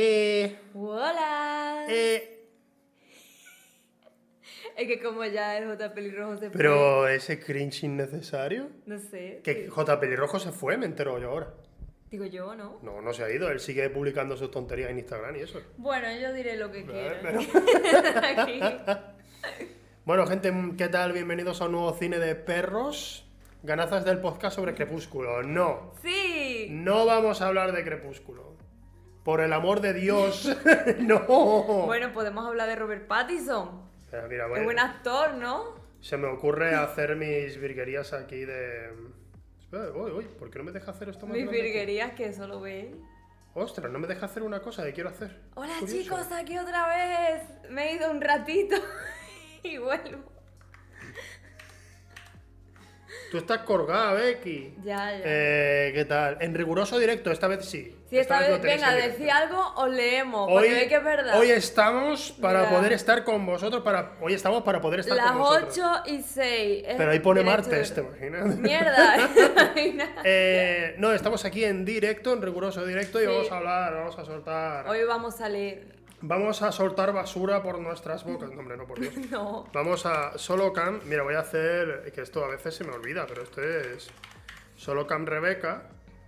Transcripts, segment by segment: Eh, Eh. Es que como ya el J pelirrojo se fue. Pero ese cringe innecesario. No sé. Que sí. J. Pelirrojo se fue, me entero yo ahora. Digo yo, ¿no? No, no se ha ido. Él sigue publicando sus tonterías en Instagram y eso. Bueno, yo diré lo que quiera. Aquí. Bueno, gente, ¿qué tal? Bienvenidos a un nuevo cine de perros. Ganazas del podcast sobre Crepúsculo. No, Sí. no vamos a hablar de Crepúsculo. Por el amor de Dios, no. Bueno, podemos hablar de Robert Pattinson. Pero mira, Es bueno, buen actor, ¿no? se me ocurre hacer mis virguerías aquí de. Espera, uy, uy, ¿por qué no me deja hacer esto más Mis grande? virguerías que eso lo ve él. Ostras, no me deja hacer una cosa que quiero hacer. Hola Curioso. chicos, aquí otra vez. Me he ido un ratito y vuelvo. Tú estás colgada, Becky. Ya, ya. Eh, ¿Qué tal? En riguroso directo, esta vez sí. si esta lo vez, tenéis venga, en directo. decía algo o leemos, Hoy, porque ve que es verdad. hoy estamos para Ya. poder estar con vosotros, para, hoy estamos para poder estar Las con vosotros. 8 y 6. Pero ahí pone martes, ¿te imaginas? Mierda. Eh, no, estamos aquí en directo, en riguroso directo, y Sí. vamos a hablar, vamos a soltar. Hoy vamos a leer. Vamos a soltar basura por nuestras bocas. No, hombre, no, por Dios. No. Vamos a solo cam. Mira, voy a hacer que esto a veces se me olvida, pero esto es solo cam Rebeca.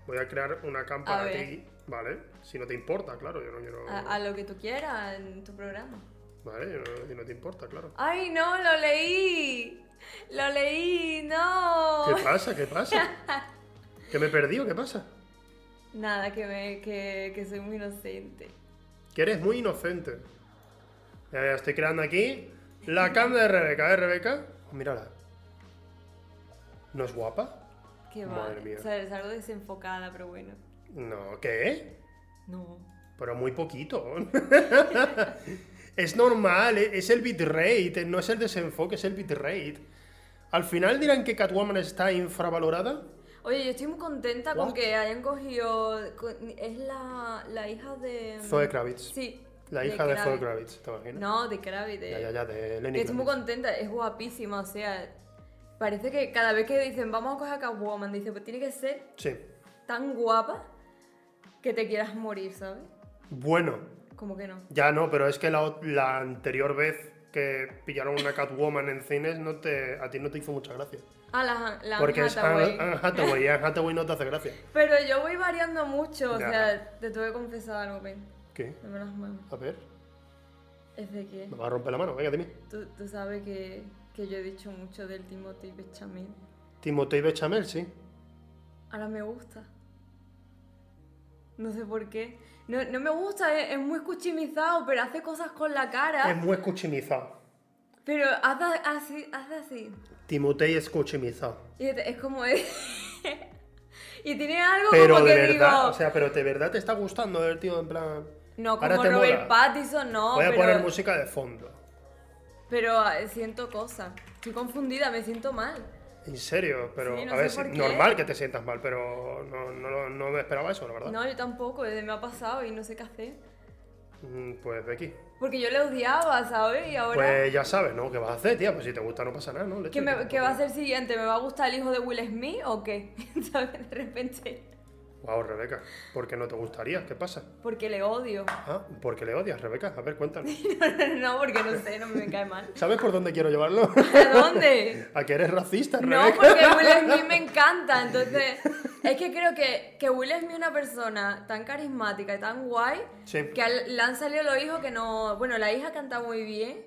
Voy a crear una cam para ver. Ah, ti, ¿vale? Si no te importa, claro, yo no quiero. A, a lo que tú quieras en tu programa. Vale, yo no, si no te importa, claro. ¡Ay, no! ¡Lo leí! ¡Lo leí! ¡No! ¿Qué pasa? ¿Qué pasa? ¿Que me he perdido? ¿Qué pasa? Nada, que, me, que, que soy muy inocente. Que eres muy inocente. Ya, ya, estoy creando aquí la cam de Rebeca, ¿eh, Rebeca? Mírala. ¿No es guapa? Qué va. Madre mía. O sea, salgo desenfocada, pero bueno. No, ¿qué? No. Pero muy poquito. es normal, e- es el bitrate, no es el desenfoque, es el bitrate. Al final dirán que Catwoman está infravalorada. Oye, yo estoy muy contenta What? con que hayan cogido. con- es la, la hija de. Zoe Kravitz. Sí. La hija de, Zoe Kravitz, ¿te imaginas? No, de Kravitz. de- Ya, ya, ya, de Lenny Estoy muy Kravitz. contenta, es guapísima, o sea, parece que cada vez que dicen vamos a coger a Catwoman, dice, pues tiene que ser Sí. tan guapa que te quieras morir, ¿sabes? Bueno, Como que no. Ya no, pero es que la, ot- la anterior vez que pillaron una Catwoman en cines no te, a ti no te hizo mucha gracia. Ah, la, la Porque Anne es ah. Anne, Anne Hathaway. Hathaway y Anne Hathaway no te hace gracia. Pero yo voy variando mucho, o Ya. sea, te tuve que confesar algo, ven. ¿Qué? No me las manos. A ver, Es de que me va a romper la mano, venga, dime. tú, tú sabes que, que yo he dicho mucho del Timothy Bechamel. Timotei Bechamel, sí. Ahora me gusta. No sé por qué. No, no me gusta, es, es muy cuchimizado, pero hace cosas con la cara. Es muy escuchimizado. Pero haz a- así, haz así. Timotei es cuchimizado. Y es es como es. y tiene algo Pero como de que verdad, digo. o sea, pero de verdad te está gustando el tío en plan... no, ahora como te Robert mola. Pattinson, no. Voy a pero, poner música de fondo. pero, eh, siento cosas. Estoy confundida, me siento mal. En serio, pero Sí, no a sé ver, si- por qué. normal que te sientas mal, pero no, no, no me esperaba eso, la verdad. No, yo tampoco, eh, me ha pasado y no sé qué hacer. Mm, Pues Becky, Porque yo le odiaba, ¿sabes? Y ahora. Pues ya sabes, ¿no? ¿Qué vas a hacer, tía? Pues si te gusta no pasa nada, ¿no? Leche, ¿Qué, me- que- qué va a ser siguiente? ¿Me va a gustar el hijo de Will Smith o qué? ¿Sabes? De repente. Guau, Rebeca, ¿por qué no te gustaría? ¿Qué pasa? Porque le odio. Ah, ¿por qué le odias, Rebeca? A ver, cuéntanos. no, porque no sé, no me cae mal. ¿Sabes por dónde quiero llevarlo? ¿A dónde? ¿A que eres racista, No, Rebeca? porque Will Smith me encanta, entonces es que creo que, que Will Smith es una persona tan carismática y tan guay Sí. que al- le han salido los hijos que no... Bueno, la hija canta muy bien,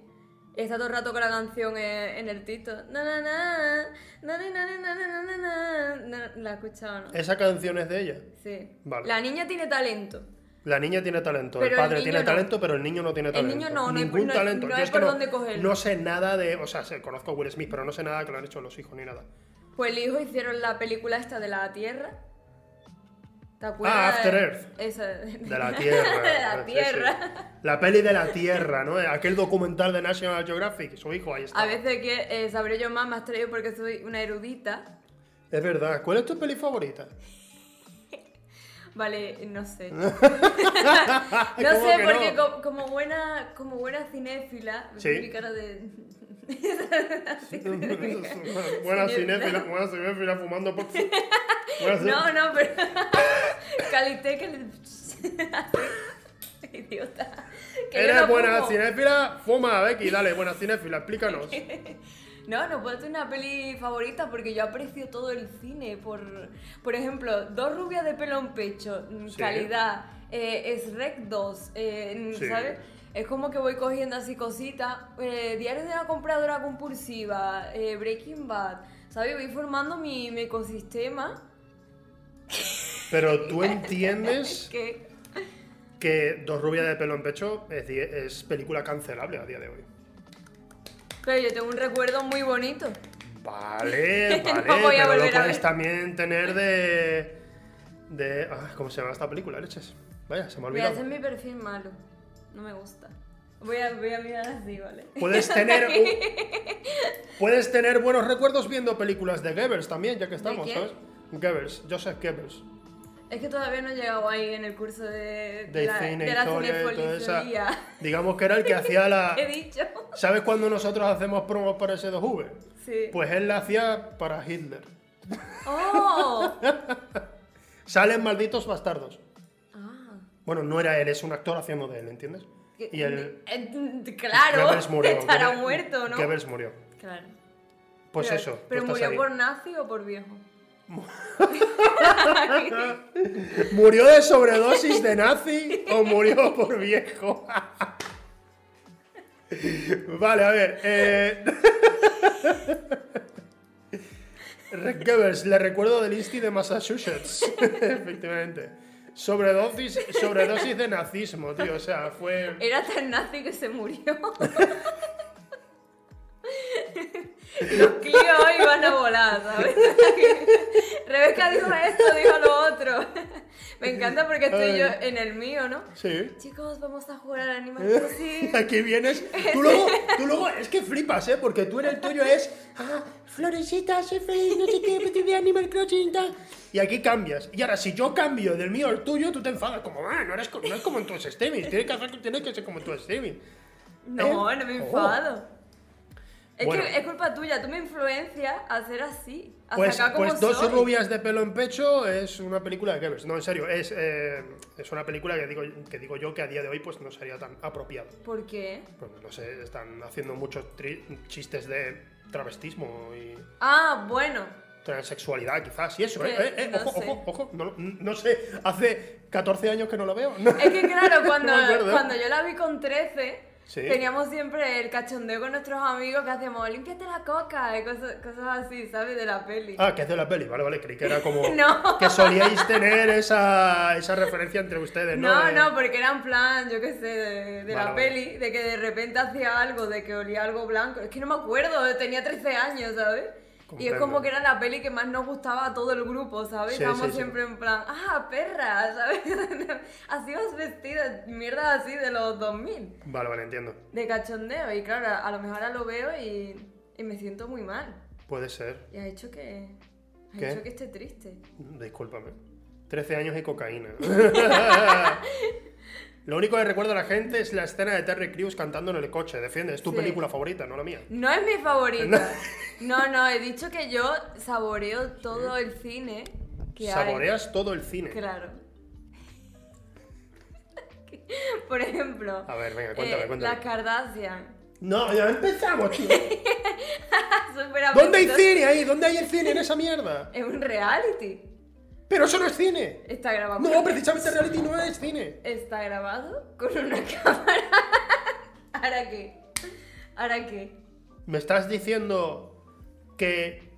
está todo el rato con la canción eh, en el tito. Na, na, na, na, na, na, na, na, na, na, na. No, La he escuchado, ¿no? Esa canción es de ella. Sí. Eh, Vale. La niña tiene talento. La niña tiene talento, Pero el el padre niño tiene no. talento, pero el niño no tiene El talento. niño no, no hay- Ningún no hay- talento. no Yo hay es por que dónde cogerlo. No sé nada de... O sea, sé- conozco a Will Smith, pero no sé nada que lo han hecho los hijos ni nada. Pues el hijo hicieron la película esta de la Tierra. ¿Te acuerdas? Ah, After Earth. Esa. De la Tierra. de Sí, la sí. Tierra. La peli de la Tierra, ¿no? Aquel documental de National Geographic, su hijo ahí está. A veces que eh, sabré yo más, me has traído porque soy una erudita. Es verdad. ¿Cuál es tu peli favorita? Vale, no sé. No no sé, porque co- como buena, como buena cinéfila, Sí. mi cara de. buena Cinéfila. cinéfila, buena cinéfila fumando pop. Buena cin- No, no, pero. Calité que le. Idiota. Que yo ¿Eres no buena fumo. cinéfila? Fuma, Becky, dale, buena cinéfila, explícanos. No, no puedo tener una peli favorita porque yo aprecio todo el cine. Por, por ejemplo, Dos rubias de pelo en pecho, mm, Sí. calidad, eh, es Rec 2, eh, mm, Sí. ¿sabes? Es como que voy cogiendo así cositas. Eh, Diario de una compradora compulsiva, eh, Breaking Bad, ¿sabes? Voy formando mi, mi ecosistema. Pero tú entiendes Que, que Dos rubias de pelo en pecho es, di- es película cancelable a día de hoy. pero yo tengo un recuerdo muy bonito. Vale, No vale, voy pero a lo volver a puedes ver. también tener de... de ah, ¿Cómo se llama esta película, leches? Vaya, se me ha Voy a hacer olvidado. mi perfil malo. No me gusta. Voy a, voy a mirar así, ¿vale? Puedes tener... u- Puedes tener buenos recuerdos viendo películas de Goebbels también, ya que estamos, quién? ¿sabes? Goebbels, Joseph Goebbels. Es que todavía no he llegado ahí en el curso de, De la, cine, de la historia y toda esa... cinefoliciología. Digamos que era el que hacía la... He dicho. ¿Sabes cuando nosotros hacemos promos para S2V? Sí. Pues él la hacía para Hitler. ¡Oh! Salen malditos bastardos. Ah. Bueno, no era él, es un actor haciendo de él, ¿entiendes? Que- Y el eh, Claro. Goebbels murió. Estará Goebbels- muerto, ¿no? Goebbels murió. Claro. Pues Pero- eso. tú ¿Pero estás murió ahí. por nazi o por viejo? ¿Murió de sobredosis de nazi o murió por viejo? vale, a ver. eh, Rick Goebbels, le recuerdo del Insti de Massachusetts. Efectivamente. Sobredosis, sobredosis de nazismo, tío. O sea, fue. Era tan nazi que se murió. Los Clio hoy van a volar, ¿sabes? Rebeca dijo esto, dijo lo otro. Me encanta porque estoy yo en el mío, ¿no? Sí. Chicos, vamos a jugar al Animal Crossing. Aquí vienes. Tú luego, tú luego, es que flipas, ¿eh? Porque tú en el tuyo es. Ah, florecita, soy feliz, no sé qué, me de Animal Crossing, tal. Y aquí cambias. Y ahora, si yo cambio del mío al tuyo, tú te enfadas. Como, ah, no, eres, co- no es como en tus streamings. Tienes que, hacer- tienes que ser como en tus streamings. No, no me Oh. enfado. Es Bueno. que es culpa tuya, tú me influencias a hacer así, a Pues, sacar como pues Dos soy. rubias de pelo en pecho es una película de Goebbels. No, en serio, es, eh, es una película que digo, que digo yo que a día de hoy pues no sería tan apropiada. ¿Por qué? Pues no sé, están haciendo muchos tri- chistes de travestismo y... Ah, bueno. Transexualidad, quizás, y eso, ¿eh? Que eh, eh, no ojo, sé. ojo, ojo, no, lo- no sé, hace 14 años que no lo veo. Es que claro, cuando, No me acuerdo. cuando yo la vi con 13, Sí. teníamos siempre el cachondeo con nuestros amigos que hacíamos, límpiate la coca y cosas, cosas así, ¿sabes? De la peli. Ah, que hace la peli, vale, vale, creí que era como No. que solíais tener esa, esa referencia entre ustedes, ¿no? No, De- no, porque era en plan, yo qué sé, de, Vale, de la vale. peli, de que de repente hacía algo, de que olía algo blanco. Es que no me acuerdo, tenía 13 años, ¿sabes? Y es Comprendo. como que era la peli que más nos gustaba a todo el grupo, ¿sabes? Sí, Estábamos sí, sí. siempre en plan, ¡ah, perra! ¿Sabes? así vas vestida, mierda así de los 2000, Vale, vale, entiendo. de cachondeo. Y claro, a lo mejor ahora lo veo y, y me siento muy mal. Puede ser, Y ha hecho que. Ha ¿Qué? hecho que esté triste. discúlpame. 13 años y cocaína. lo único que recuerdo a la gente es la escena de Terry Crews cantando en el coche. Defiende, es tu Sí. película favorita, no la mía. No es mi favorita. No, no, he dicho que yo saboreo todo el cine que Saboreas todo el cine. hay. Claro. Por ejemplo, A ver, venga, cuéntame, eh, cuéntame. las Kardashian. No, ya empezamos, tío. Súper ¿Dónde hay apetitoso. cine ahí? ¿Dónde hay el cine en esa mierda? Es un reality. Pero eso no es cine. Está grabado. No, precisamente reality no es cine. Está grabado con una cámara. ¿Ahora qué? ¿Ahora qué? ¿Me estás diciendo que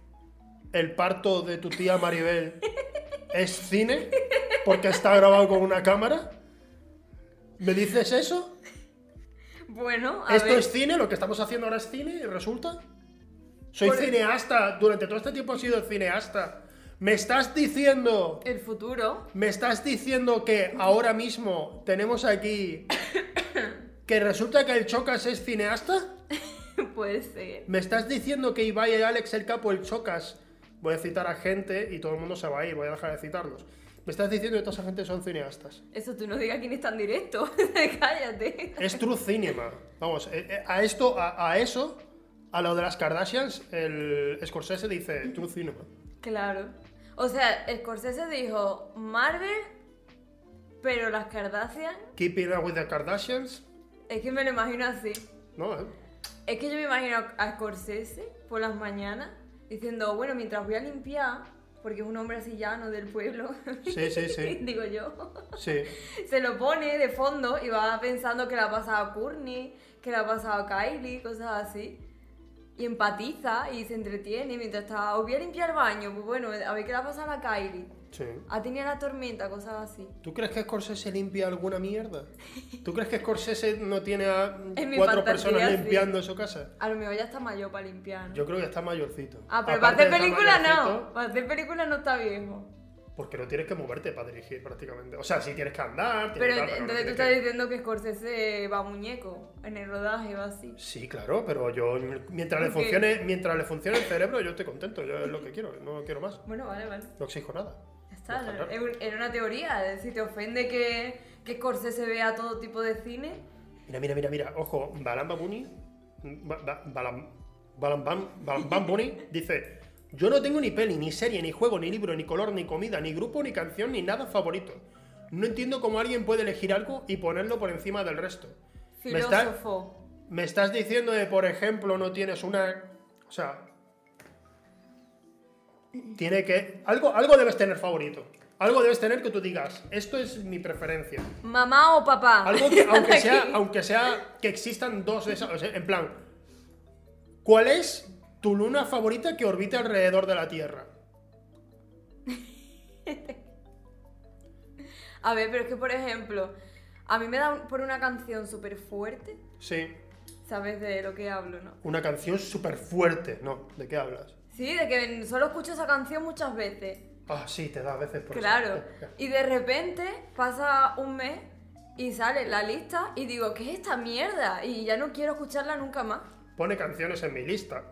el parto de tu tía Maribel es cine porque está grabado con una cámara? ¿Me dices eso? Bueno, a ¿Esto ver. es cine? ¿Lo que estamos haciendo ahora es cine? ¿Y resulta? Soy Por- cineasta. Durante todo este tiempo he sido cineasta. ¿Me estás diciendo El futuro. ¿Me estás diciendo que ahora mismo tenemos aquí que resulta que el Chocas es cineasta? Puede ser. ¿Me estás diciendo que Ibai y Alex el Capo el Chocas? Voy a citar a gente y todo el mundo se va a ir, voy a dejar de citarlos. ¿Me estás diciendo que toda esa gente son cineastas? Eso tú no digas quién está en directo. Cállate. Es true cinema. Vamos, eh, eh, a esto, a, a eso, a lo de las Kardashians, el Scorsese dice true cinema. Claro. O sea, Scorsese dijo Marvel, pero las Kardashian Keeping up with the Kardashians Es que me lo imagino así. No, ¿eh? Es que yo me imagino a Scorsese por las mañanas diciendo, bueno, mientras voy a limpiar, porque es un hombre así llano del pueblo. Sí, sí, sí. Digo yo. Sí. Se lo pone de fondo y va pensando que le ha pasado a Courtney, que le ha pasado a Kylie, cosas así. Y empatiza y se entretiene mientras está, os voy a limpiar el baño, pues bueno, a ver qué le ha pasado a Kylie. Sí. Ha tenido la tormenta, cosas así. ¿Tú crees que Scorsese limpia alguna mierda? ¿Tú crees que Scorsese no tiene a En mi cuatro fantasía, personas sí. limpiando su casa? A lo mejor ya está mayor para limpiar. ¿no? Yo creo que está mayorcito. Ah, pero Aparte para de hacer película estar no. mayorcito, Para hacer película no está viejo. Porque no tienes que moverte para dirigir prácticamente. O sea, sí tienes que andar. tienes Pero que tal, entonces no tú tienes estás que- diciendo que Scorsese va muñeco en el rodaje, va así. Sí, claro, pero yo mientras le Ok. funcione, mientras le funcione el cerebro, yo estoy contento, yo es lo que quiero, no quiero más, Bueno, vale, vale. no exijo nada. Ya está, Ojalá. era- era una teoría. Si te ofende que, que Scorsese vea todo tipo de cine, Mira, mira, mira, mira, ojo, Balan Babuni, Ba- Ba- Balan Balan Bam- Balan Bam Buni dice, yo no tengo ni peli, ni serie, ni juego, ni libro, ni color, ni comida, ni grupo, ni canción, ni nada favorito. No entiendo cómo alguien puede elegir algo y ponerlo por encima del resto. Me está- filósofo. Me estás diciendo de, por ejemplo, no tienes una. O sea. Tiene que. Algo, algo debes tener favorito. Algo debes tener que tú digas. Esto es mi preferencia. Mamá o papá. Algo que, aunque sea, Aquí. aunque sea que existan dos de esas. o sea, en plan. ¿Cuál es tu luna favorita que orbita alrededor de la Tierra? A ver, pero es que por ejemplo, a mí me da un- por una canción súper fuerte. Sí. Sabes de lo que hablo, ¿no? Una canción súper fuerte. No, ¿de qué hablas? Sí, de que solo escucho esa canción muchas veces. Ah, sí, te da a veces por eso. Claro. Y de repente pasa un mes y sale la lista y digo, ¿qué es esta mierda? Y ya no quiero escucharla nunca más. pone canciones en mi lista.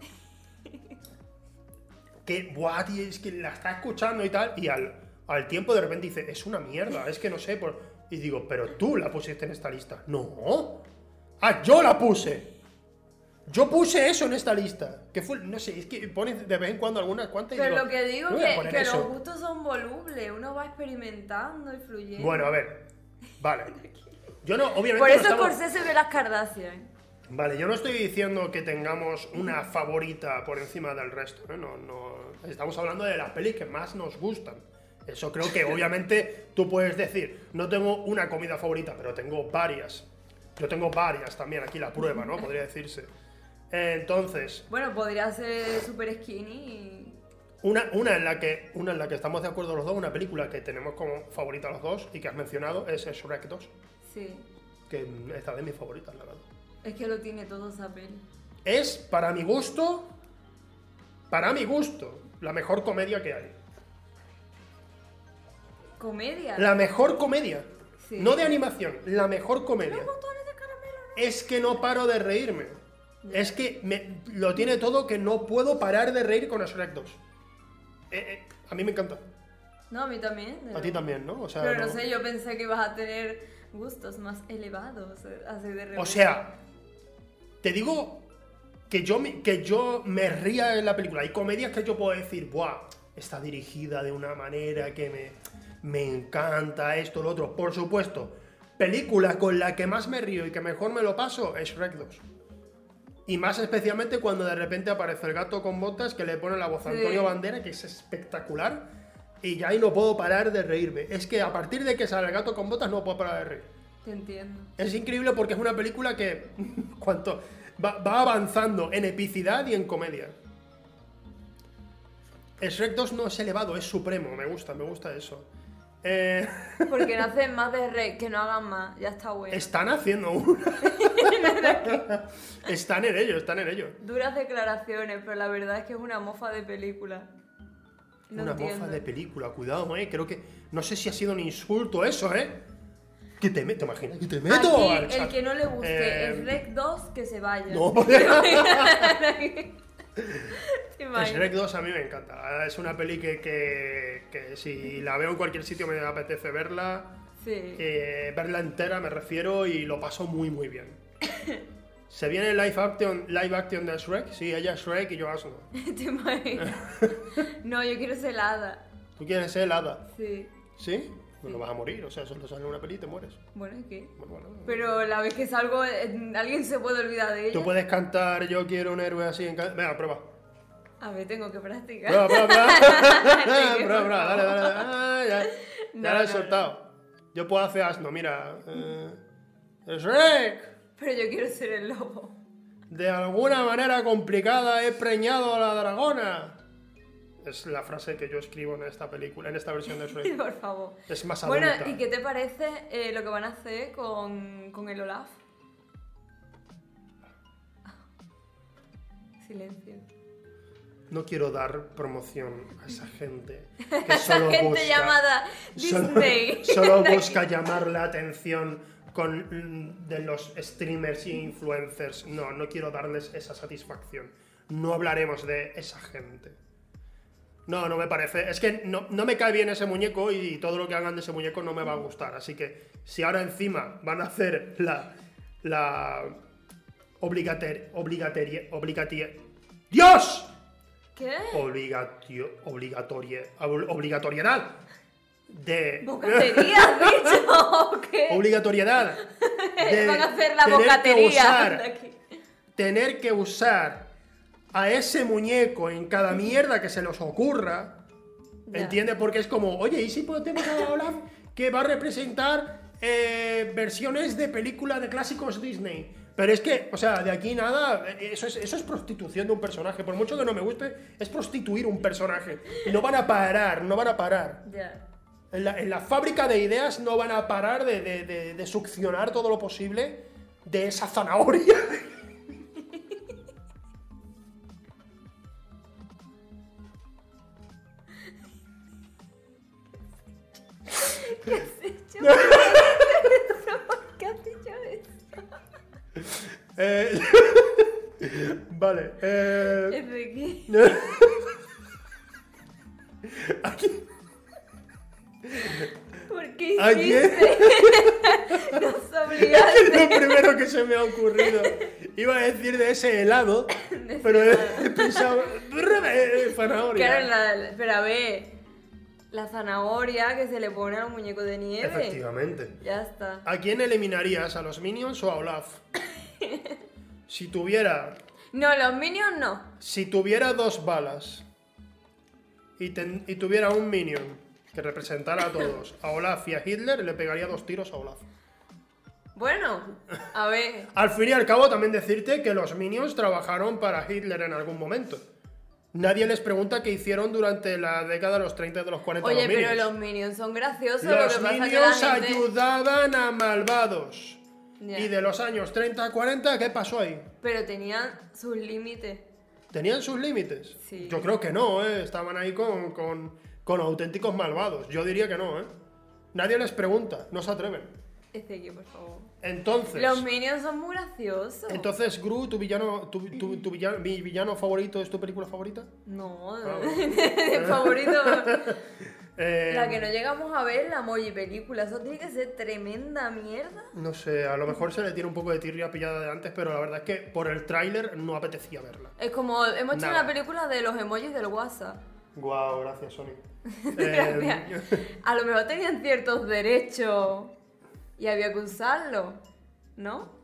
Que, buah, tío, es que la está escuchando y tal. Y al, al tiempo de repente dice, es una mierda, es que no sé. Por... Y digo, pero tú la pusiste en esta lista. No. Ah, yo la puse. Yo puse eso en esta lista. Que fue, no sé, es que pone de vez en cuando algunas cuantas. y Pero digo, lo que digo "No es voy a que, poner que los eso". gustos son volubles, uno va experimentando y fluyendo. Bueno, a ver. Vale. Yo no, obviamente. Por no eso estamos- Scorsese ve las Kardashian. Vale, yo no estoy diciendo que tengamos una favorita por encima del resto, ¿eh? no, no, estamos hablando de las pelis que más nos gustan. Eso creo que obviamente tú puedes decir, no tengo una comida favorita, pero tengo varias. Yo tengo varias también, aquí la prueba, ¿no? Podría decirse. Entonces, Bueno, podría ser super skinny y... una, una, en la que, una en la que estamos de acuerdo los dos, una película que tenemos como favorita los dos y que has mencionado es Shrek 2, Sí. que esta de mis favoritas, la verdad. Es que lo tiene todo esa peli. es, para mi gusto, para mi gusto, la mejor comedia que hay. Comedia. La mejor comedia. Sí. No de animación, la mejor comedia. Botones de caramelo. Es que no paro de reírme. Es que me- lo tiene todo que no puedo parar de reír con Shrek 2. Eh, eh, a mí me encanta. No, a mí también. de A ti también, ¿no? O sea, Pero no no- sé, yo pensé que ibas a tener gustos más elevados, eh, así de O repente. sea, te digo que yo, me, que yo me ría en la película. Hay comedias que yo puedo decir, ¡buah! Está dirigida de una manera que me, me encanta, esto, lo otro. Por supuesto, película con la que más me río y que mejor me lo paso es Shrek 2. Y más especialmente cuando de repente aparece el gato con botas que le pone la voz a Sí. Antonio Bandera, que es espectacular. Y ya ahí no puedo parar de reírme. Es que a partir de que sale el gato con botas no puedo parar de reír. Te entiendo. Es increíble porque es una película que cuanto va, va avanzando en epicidad y en comedia. El Shrek 2 no es elevado, es supremo. Me gusta, me gusta eso. Eh, Porque no hacen más de rey, que no hagan más, ya está bueno. están haciendo una. están en ello, están en ello. Duras declaraciones, pero la verdad es que es una mofa de película. No una entiendo. mofa de película, cuidado, eh. Creo que. No sé si ha sido un insulto eso, eh. Que te meto, imagina, que te meto. al Aquí, el chat. que no le guste Eh, el Rec 2, que se vaya. No, porque- ¿Te El imaginas? Shrek 2 a mí me encanta. La verdad, Es una peli que, que- que si la veo en cualquier sitio me apetece verla. Sí. Eh, verla entera me refiero y lo paso muy muy bien. ¿Se viene el live action, live action de Shrek? Sí, ella es Shrek y yo Asno. ¿Te imaginas? no, yo quiero ser la hada. ¿Tú quieres ser el hada? Sí. ¿Sí? Bueno, vas a morir, o sea, solo sale una peli y te mueres. Bueno, ¿y qué? Bueno, bueno. Pero la vez que salgo, eh, alguien se puede olvidar de Tú ella. puedes cantar Yo quiero un héroe así en ca- Venga, prueba. A ver, tengo que practicar. Prueba, prueba, prueba. que, prueba, por prueba, dale, dale. dale. Ah, ya ya No, la he no, soltado. Yo puedo hacer asno, mira. Eh, Shrek, Pero yo quiero ser el lobo. de alguna manera complicada he preñado a la dragona. Es la frase que yo escribo en esta película, en esta versión de Shrek. Por favor. Es más Bueno, adulta. ¿y qué te parece eh, lo que van a hacer con, con el Olaf? Ah. Silencio. No quiero dar promoción a esa gente que solo Gente busca, llamada solo- Disney. solo busca llamar la atención con mm, de los streamers y influencers. No, no quiero darles esa satisfacción. No hablaremos de esa gente. No, no me parece. Es que no, no me cae bien ese muñeco y todo lo que hagan de ese muñeco no me va a gustar. Así que si ahora encima van a hacer la. la. obligater. obligaterie. obligatie. ¡Dios! ¿Qué? obligatio, obligatorie, ob- obligatoriedad de ¿Bocatería has dicho? ¿O qué? obligatoriedad de Van a hacer la tener que bocatería. usar- de aquí. tener que usar a ese muñeco en cada mierda que se nos ocurra Ya. entiende porque es como oye y si podemos a Olaf que va a representar eh, versiones de película de clásicos Disney pero es que, o sea, de aquí nada, eh, eso es, eso es prostitución de un personaje. Por mucho que no me guste, es prostituir un personaje. Y no van a parar, no van a parar. Ya. En la, en la fábrica de ideas no van a parar de, de- de- de succionar todo lo posible de esa zanahoria. ¿Qué has hecho? ¿Qué has hecho? ¿Por qué has dicho eso? Eh, vale. eh, Enrique. ¿Por qué ¿A quién? hiciste? Nos es obligaste. lo primero que se me ha ocurrido. Iba a decir de ese helado, pero he pensado. eh, zanahoria. Claro, la- la- pero a ver, la zanahoria que se le pone a un muñeco de nieve. Efectivamente. Ya está. ¿A quién eliminarías? ¿A los Minions o a Olaf? Si tuviera No, los minions no. Si tuviera dos balas y, ten- y tuviera un minion que representara a todos, a Olaf y a Hitler, le pegaría dos tiros a Olaf. Bueno, a ver, Al fin y al cabo, también decirte que los minions trabajaron para Hitler en algún momento. Nadie les pregunta qué hicieron durante la década de los 30 y de los 40. oye, los pero minions. los minions son graciosos. Los lo que pasa minions que la gente... ayudaban a malvados. Ya. Y de los años 30 a 40, ¿qué pasó ahí? Pero tenían sus límites. ¿Tenían sus límites? Sí. Yo creo que no, ¿eh? Estaban ahí con, con- con auténticos malvados. Yo diría que no, ¿eh? Nadie les pregunta, no se atreven. Este aquí, por favor. Entonces, Los minions son muy graciosos. Pues. entonces Gru, tu villano, tu, tu- tu villano, mi villano favorito es tu película favorita? No, Ah, de favorito. Eh, La que no llegamos a ver, la Moji película, eso tiene que ser tremenda mierda. No sé, a lo mejor se le tiene un poco de tirria pillada de antes, pero la verdad es que por el tráiler no apetecía verla. Es como, hemos hecho Nada. una película de los emojis del WhatsApp. Guau, gracias, Sony. Eh, Gracias. A lo mejor tenían ciertos derechos y había que usarlo, ¿no?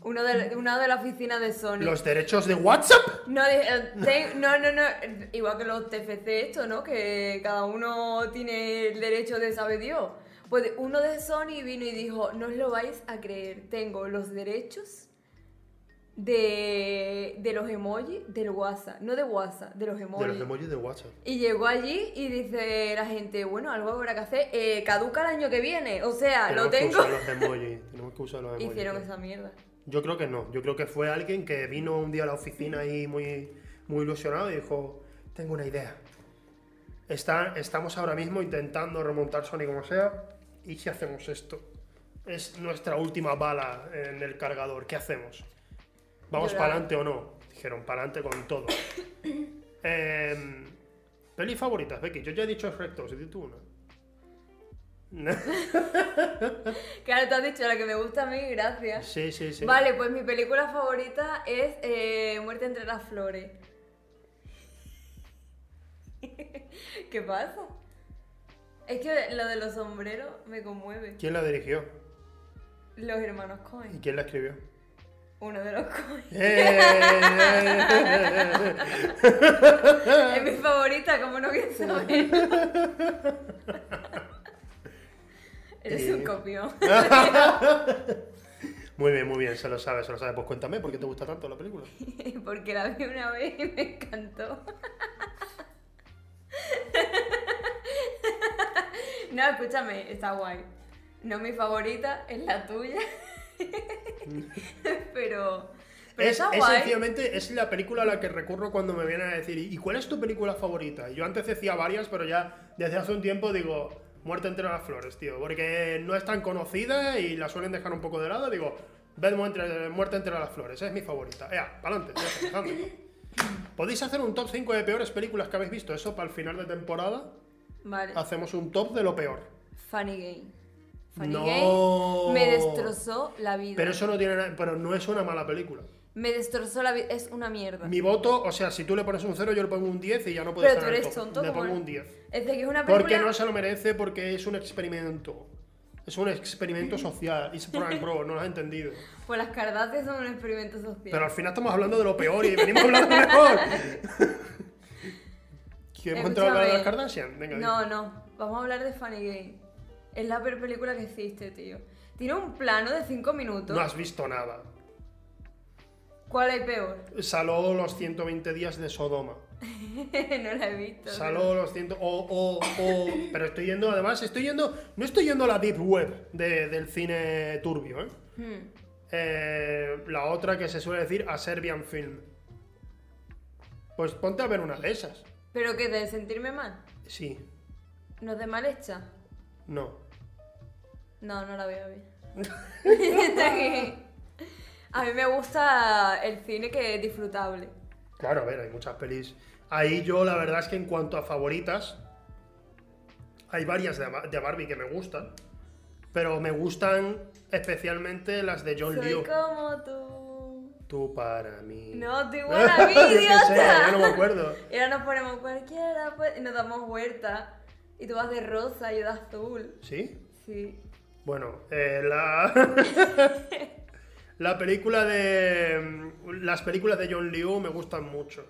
Uno de, una de la oficina de Sony. Eh, Los derechos de WhatsApp. No, de- eh, te- no, no, no, eh, igual que los TFC esto, ¿no? Que cada uno tiene el derecho de saber Dios. Pues uno de Sony vino y dijo, no os lo vais a creer, tengo los derechos de, de los emojis del WhatsApp, no de WhatsApp, de los De emojis. los emojis de WhatsApp. Y llegó allí y dice la gente, bueno, algo habrá que hacer, eh, caduca el año que viene, o sea, Ah, lo Tenemos que tengo. usar los emojis, Tenemos que usar los emojis. Hicieron tío. esa mierda. Yo creo que no. Yo creo que fue alguien que vino un día a la oficina ahí muy, muy ilusionado y dijo, tengo una idea. Está, estamos ahora mismo intentando remontar Sony como sea. ¿Y si hacemos esto? Es nuestra última bala en el cargador. ¿Qué hacemos? ¿Vamos Llorar. para adelante o no? Dijeron, para adelante con todo. Em, pelis favoritas, Becky. Yo ya he dicho Shrek 2, y tú una. Claro, te has dicho la que me gusta a mí, gracias. sí, sí, sí. Vale, pues mi película favorita es eh, Muerte entre las flores. ¿Qué pasa? Es que lo de los sombreros me conmueve. ¿Quién la dirigió? Los hermanos ¿Y Cohen. quién la escribió? Uno de los Cohen. ¡Eh! Es mi favorita, como no quieres saber. Eres un Eh. copión. muy bien, muy bien, se lo sabe, se lo sabe. Pues cuéntame, ¿por qué te gusta tanto la película? Porque la vi una vez y me encantó. No, escúchame, está guay. No mi favorita, es la tuya. Pero, pero es, está es guay. sencillamente es la película a la que recurro cuando me vienen a decir, ¿y cuál es tu película favorita? Yo antes decía varias, pero ya desde hace un tiempo digo, Muerte entre las flores, tío, porque no es tan conocida y la suelen dejar un poco de lado. Digo, ved Mu- entre- Muerte entre las flores, es mi favorita. Ea, pa'lante, ya está, dejadme. Podéis hacer un top 5 de peores películas que habéis visto, eso para el final de temporada. Vale. Hacemos un top de lo peor. Funny Game. Funny No. Game me destrozó la vida. Pero eso no tiene nada, pero no es una mala película. Me destrozó la vida. Es una mierda. Mi voto, o sea, si tú le pones un 0, yo le pongo un 10 y ya no puedo Pero estar tú en el eres top. tonto, Le ¿cómo pongo no? un 10. Es de Este, que es una película. Porque no se lo merece, porque es un experimento. Es un experimento social. It's prank, bro, no lo has entendido. Pues las Kardashian son un experimento social. Pero al final estamos hablando de lo peor y venimos a hablar de lo mejor. ¿Quién hemos entrado a hablar de las Escúchame. Kardashian? Venga, No, no. Vamos a hablar de Funny Game. Es la peor película que existe, tío. Tiene un plano de 5 di. minutos. no has visto nada. ¿Cuál hay peor? Saló los 120 días de Sodoma. no la he visto. Saló los 100. O, o, o. oh, Pero estoy yendo, además, estoy yendo. No estoy yendo a la deep web de- del cine turbio, ¿eh? Hmm. Eh, la otra que se suele decir a Serbian Film. Pues ponte a ver una de esas. ¿Pero qué? ¿De sentirme mal? Sí, ¿No es de mal hecha? no. No, no la voy a ver. Está bien. a mí me gusta el cine que es disfrutable. Claro, a ver, hay muchas pelis. Ahí yo, la verdad es que en cuanto a favoritas, hay varias de, Ba- de Barbie que me gustan. Pero me gustan especialmente las de John Soy Liu. como tú. Tú para mí. No, tú igual a mí, Yo qué idiota. sé, ya no me acuerdo. Y ahora nos ponemos cualquiera, pues, y nos damos vuelta. Y tú vas de rosa y yo de azul. ¿Sí? Sí. Bueno, eh, la... la película de... Las películas de John Liu me gustan mucho.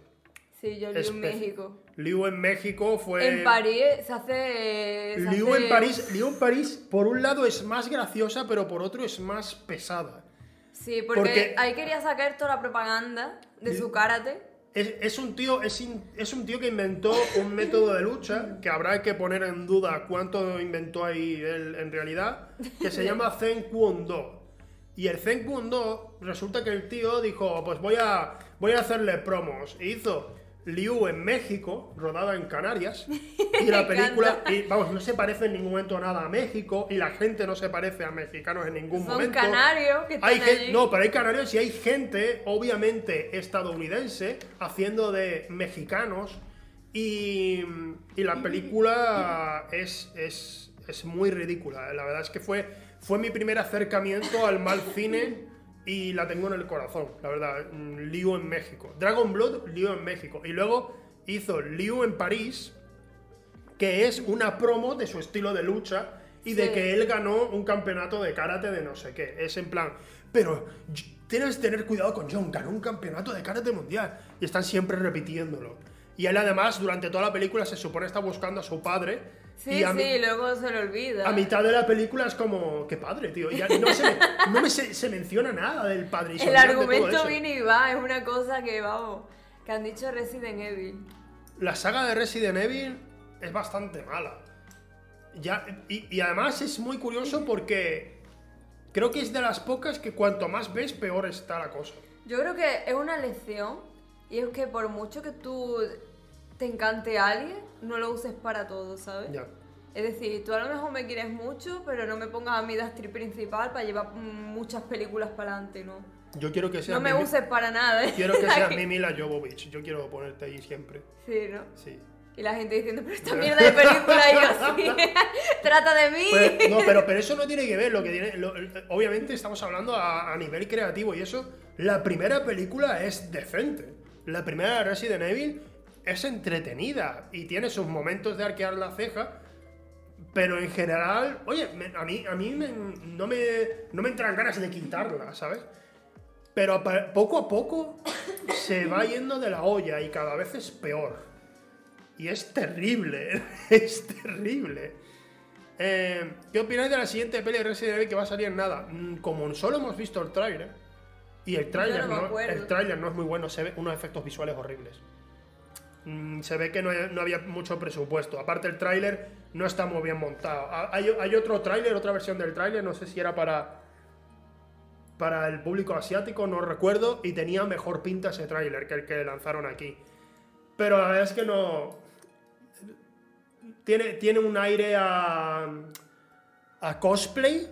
Sí, yo vivo en Espe- México. Liu en México fue... En París se hace. se Liu hace- pues, en París, Liu en París, por un lado es más graciosa, pero por otro es más pesada. Sí, porque, Porque- ahí quería sacar toda la propaganda de su karate. Es, es un tío, es, in- es un tío que inventó un método de lucha que habrá que poner en duda cuánto inventó ahí él en realidad, que se llama Zen Kwon-do. Y el Zen Kwon-do resulta que el tío dijo, pues voy a, voy a hacerle promos. E hizo Liu en México, rodada en Canarias, y la Me película, encanta. y, vamos, no se parece en ningún momento nada a México, y la gente no se parece a mexicanos en ningún Son momento. canarios que están Hay gen- allí. no, pero hay canarios y hay gente, obviamente estadounidense, haciendo de mexicanos. Y, y la película es, es, es muy ridícula. La verdad es que fue, fue mi primer acercamiento al mal cine y la tengo en el corazón, la verdad. Mm, Liu en México. Dragon Blood, Liu en México. Y luego hizo Liu en París, que es una promo de su estilo de lucha y de Sí. que él ganó un campeonato de karate de no sé qué. Es en plan, pero j- tienes que tener cuidado con John, ganó un campeonato de karate mundial. Y están siempre repitiéndolo. Y él además, durante toda la película, se supone está buscando a su padre. Sí, y a sí, mi- luego se lo olvida. a mitad de la película es como, qué padre, tío. Ya no se, me- no me se, se menciona nada del padre. y se El olvidan de todo argumento eso. viene y va, es una cosa que, vamos, que han dicho Resident Evil. La saga de Resident Evil es bastante mala. Ya, y, y además es muy curioso porque creo que es de las pocas que cuanto más ves, peor está la cosa. Yo creo que es una lección y es que por mucho que tú te encante a alguien, no lo uses para todo, ¿sabes? Ya. Es decir, tú a lo mejor me quieres mucho, pero no me pongas a mí de actriz principal para llevar mm, muchas películas para adelante, ¿no? Yo quiero que seas. No me Mimi- uses para nada, ¿eh? Quiero que seas Mimila Jovovich. Yo quiero ponerte ahí siempre. Sí, ¿no? Sí. Y la gente diciendo, pero esta mierda de película, y yo sí, trata de mí. Pero- no, pero, pero eso no tiene que ver. Lo que tiene, lo- obviamente estamos hablando a, a nivel creativo y eso. La primera película es decente. La primera de Resident Evil es entretenida y tiene sus momentos de arquear la ceja, Pero en general, oye, me- a mí, a mí me- no, me, no me entran ganas de quitarla, ¿sabes? Pero a pa- poco a poco se va yendo de la olla y cada vez es peor. Y es terrible, es terrible. Eh, ¿Qué opináis de la siguiente peli de Resident Evil que va a salir en nada? Mm, Como solo hemos visto el tráiler, y el tráiler me no, acuerdo. el tráiler no es muy bueno, se ve unos efectos visuales horribles. Mm, se ve que no, no había mucho presupuesto. Aparte el tráiler no está muy bien montado. Ha- Hay, hay otro tráiler, otra versión del tráiler, no sé si era para para el público asiático, no recuerdo, y tenía mejor pinta ese tráiler que el que lanzaron aquí. Pero la verdad es que no tiene, tiene un aire a a cosplay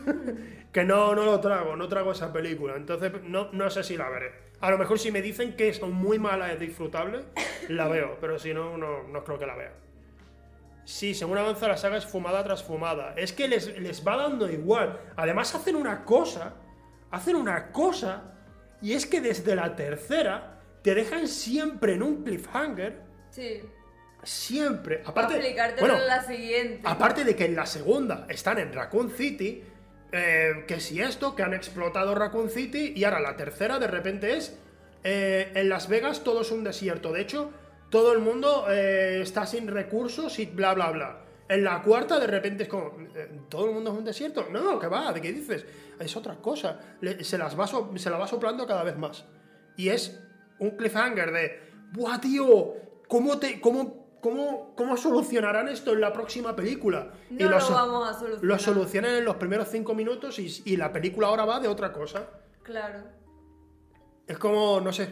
que no, no lo trago, no trago esa película. Entonces, no, no sé si la veré. A lo mejor si me dicen que son muy malas y disfrutables, la veo, pero si no, no, no creo que la vea. Sí, según avanza la saga es fumada tras fumada. Es que les, les va dando igual. Además hacen una cosa, hacen una cosa, y es que desde la tercera te dejan siempre en un cliffhanger, Sí. siempre. Para Aparte, explicarte bueno, la siguiente. Aparte de que en la segunda están en Raccoon City, eh, que si esto, que han explotado Raccoon City, y ahora la tercera de repente es eh, en Las Vegas todo es un desierto. De hecho, todo el mundo eh, está sin recursos y bla bla bla. En la cuarta de repente es como, eh, ¿todo el mundo es un desierto? No, que va, ¿de qué dices? Es otra cosa. Le- se, las va so- se la va soplando cada vez más. Y es un cliffhanger de, ¡buah, tío! ¿Cómo, te, cómo, cómo, cómo solucionarán esto en la próxima película? no lo, lo, so- vamos a solucionar. lo solucionan en los primeros cinco minutos y, y la película ahora va de otra cosa. Claro. Es como, no sé.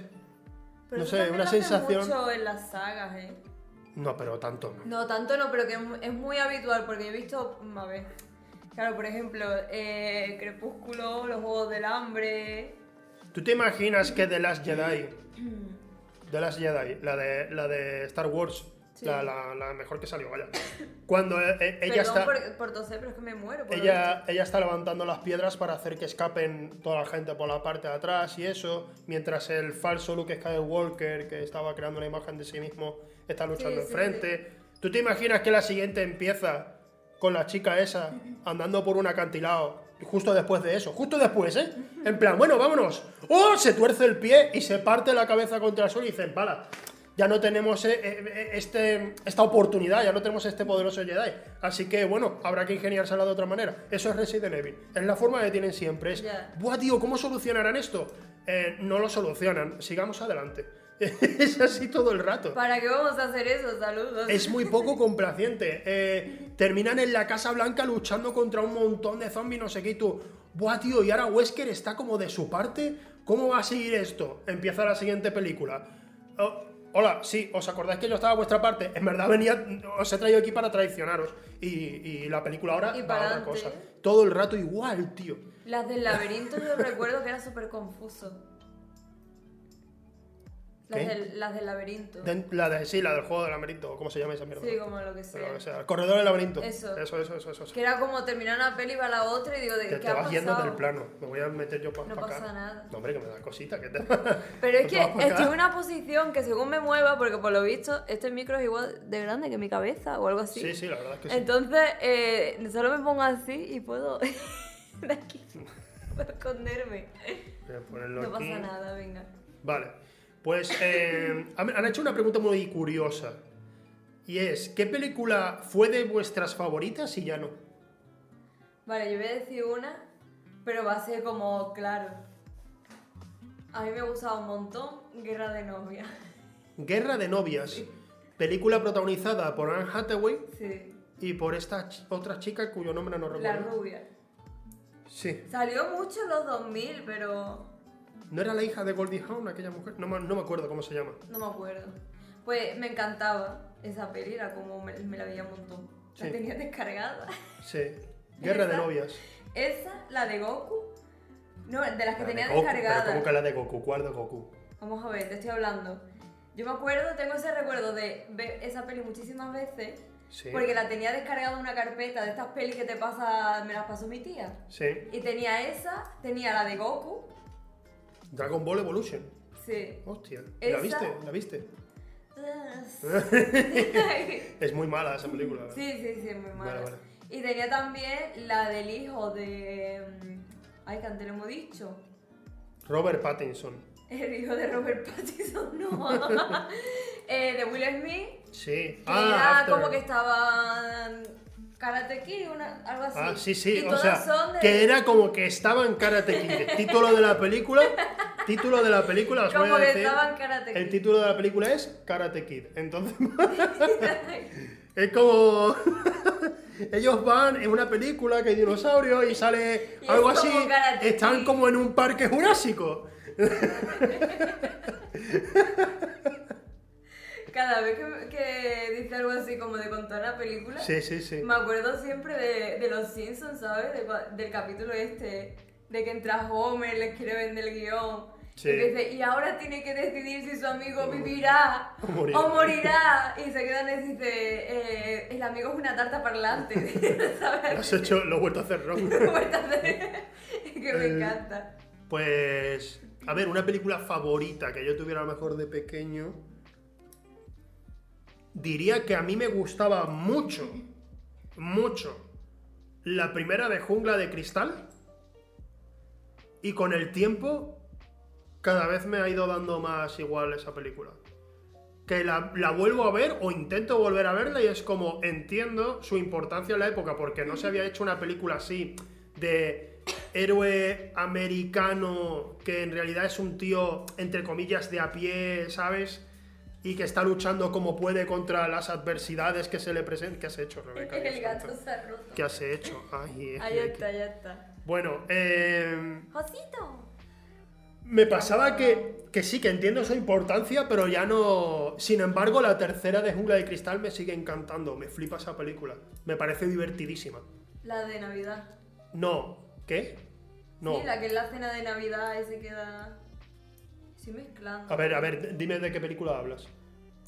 Pero No eso sé, también una lo hacen sensación- mucho en las sagas, ¿eh? No, pero tanto no. No, tanto no, pero que es mu- es muy habitual, porque yo he visto, mm, a ver, claro, por ejemplo, eh, Crepúsculo, los Juegos del Hambre, ¿Tú te imaginas que The Last Jedi? The Last Jedi, la de, la de Star Wars, Sí. la, la- la mejor que salió, vaya. Cuando eh, eh, ella perdón está. por, por toser, pero es que me muero. Por Ella, ella está levantando las piedras para hacer que escapen toda la gente por la parte de atrás y eso, mientras el falso Luke Skywalker, que estaba creando una imagen de sí mismo, está luchando sí, enfrente. ¿Tú te imaginas que la siguiente empieza con la chica esa andando por un acantilado? y Justo después de eso, justo después, ¿eh? En plan, bueno, vámonos. ¡Oh! Se tuerce el pie y se parte la cabeza contra el suelo y dicen, pala, ya no tenemos eh, eh, este, esta oportunidad, ya no tenemos este poderoso Jedi. Así que, bueno, habrá que ingeniársela de otra manera. Eso es Resident Evil. Es la forma que tienen siempre. Es, Ya. Buah, tío, ¿cómo solucionarán esto? Eh, no lo solucionan. Sigamos adelante. es así todo el rato. ¿Para qué vamos a hacer eso? Saludos. Es muy poco complaciente. Eh, terminan en la Casa Blanca luchando contra un montón de zombies, no sé qué, y tú. Buah, tío, y ahora Wesker está como de su parte. ¿Cómo va a seguir esto? Empieza la siguiente película. Oh, hola, sí, ¿os acordáis que yo estaba a vuestra parte? En verdad venía, os he traído aquí para traicionaros. Y, y la película ahora Y va para a otra adelante. cosa. Todo el rato igual, tío. Las del laberinto yo recuerdo que era súper confuso. Las ¿Qué? del, las del laberinto. Den- La de, sí, la del juego del laberinto, ¿cómo se llama esa mierda? Sí, como lo que sea. Pero, o sea, el corredor del laberinto. Eso. Eso, eso, eso, eso. eso. Que era como terminar una peli va la otra y digo, ¿de Te, qué te ha vas pasado? yendo del plano. Me voy a meter yo para No acá. pasa nada. No, hombre, que me da cosita. Que te... Pero Te es que vas Pues pa' estoy acá. en una posición que según me mueva, porque por lo visto este micro es igual de grande que mi cabeza o algo así. Sí, sí, la verdad es que sí. Entonces, eh, solo me pongo así y puedo... de aquí. Puedo esconderme. Voy a ponerlo No aquí. pasa nada, venga. Vale. Pues eh, han han hecho una pregunta muy curiosa. Y es, ¿qué película fue de vuestras favoritas y ya no? Vale, yo voy a decir una, pero va a ser como claro. A mí me ha gustado un montón Guerra de Novia. Guerra de novias. Película protagonizada por Anne Hathaway Sí. y por esta ch- otra chica cuyo nombre no La recuerdo. rubia. Sí. Salió mucho en los 2000, pero ¿No era la hija de Goldie Hawn aquella mujer? No, me- no me acuerdo cómo se llama. no me acuerdo. Pues me encantaba esa peli, era como me, me la veía un montón. La Sí. tenía descargada. Sí. Guerra de Esa. novias. Esa, la de Goku. No, de las que La de tenía Goku, descargada. Pero ¿cómo que la de Goku? ¿Cuál de Goku? Vamos a ver, te estoy hablando. Yo me acuerdo, tengo ese recuerdo de ver esa peli muchísimas veces. Sí. Porque la tenía descargada en una carpeta de estas pelis que te pasa, me las pasó mi tía. Sí. Y tenía esa, tenía la de Goku. Dragon Ball Evolution. Sí. Hostia. ¿La Esa- viste? ¿La viste? sí, Es muy mala esa película. sí, sí, muy malo. Vale, vale. Y tenía también la del hijo de. mm, Ay, que antes lo hemos dicho. Robert Pattinson. El hijo de Robert Pattinson, no. Eh, de Will Smith. Sí. Que era Ah, After. como que estaban. Karate Kid, una, algo así. Ah, sí, Y sí, o todas sea, son de- que era como que estaba en Karate Kid. Título de la película, título de la película, os voy Como a que decir. estaba en Karate El Kid. título de la película es Karate Kid. Entonces, es como. Ellos van en una película que hay dinosaurios y sale Y es algo como así. Karate Están Kid. como en un parque jurásico. Cada vez que, que dice algo así como de contar una película, Sí, sí, sí. me acuerdo siempre de, de los Simpsons, ¿sabes? De cua- del capítulo este, de que entra Homer, les quiere vender el guión. Sí. Y dice, y ahora tiene que decidir si su amigo vivirá O morirá". o morirá. Y se quedan y dice, eh, el amigo es una tarta parlante. ¿Sabes? Has hecho, lo he vuelto a hacer, Rob. que me Eh, encanta. Pues, a ver, una película favorita que yo tuviera a lo mejor de pequeño. Diría que a mí me gustaba mucho, mucho, la primera de Jungla de Cristal. Y con el tiempo, cada vez me ha ido dando más igual esa película. Que la, la vuelvo a ver o intento volver a verla y es como entiendo su importancia en la época porque no se había hecho una película así de héroe americano que en realidad es un tío entre comillas de a pie, ¿sabes? Y que está luchando como puede contra las adversidades que se le presentan. ¿Qué has hecho, Rebeca? El Dios gato santo. se ha roto. ¿Qué has hecho? Ay, es Ahí que- está, ya está. Bueno, eh, Josito. me pasaba que, que sí, que entiendo su importancia, pero ya no... Sin embargo, la tercera de Jungla de Cristal me sigue encantando, me flipa esa película, me parece divertidísima. La de Navidad. No, ¿qué? No. Sí, la que es la cena de Navidad y se queda. Estoy mezclando. A ver, a ver, dime de qué película hablas.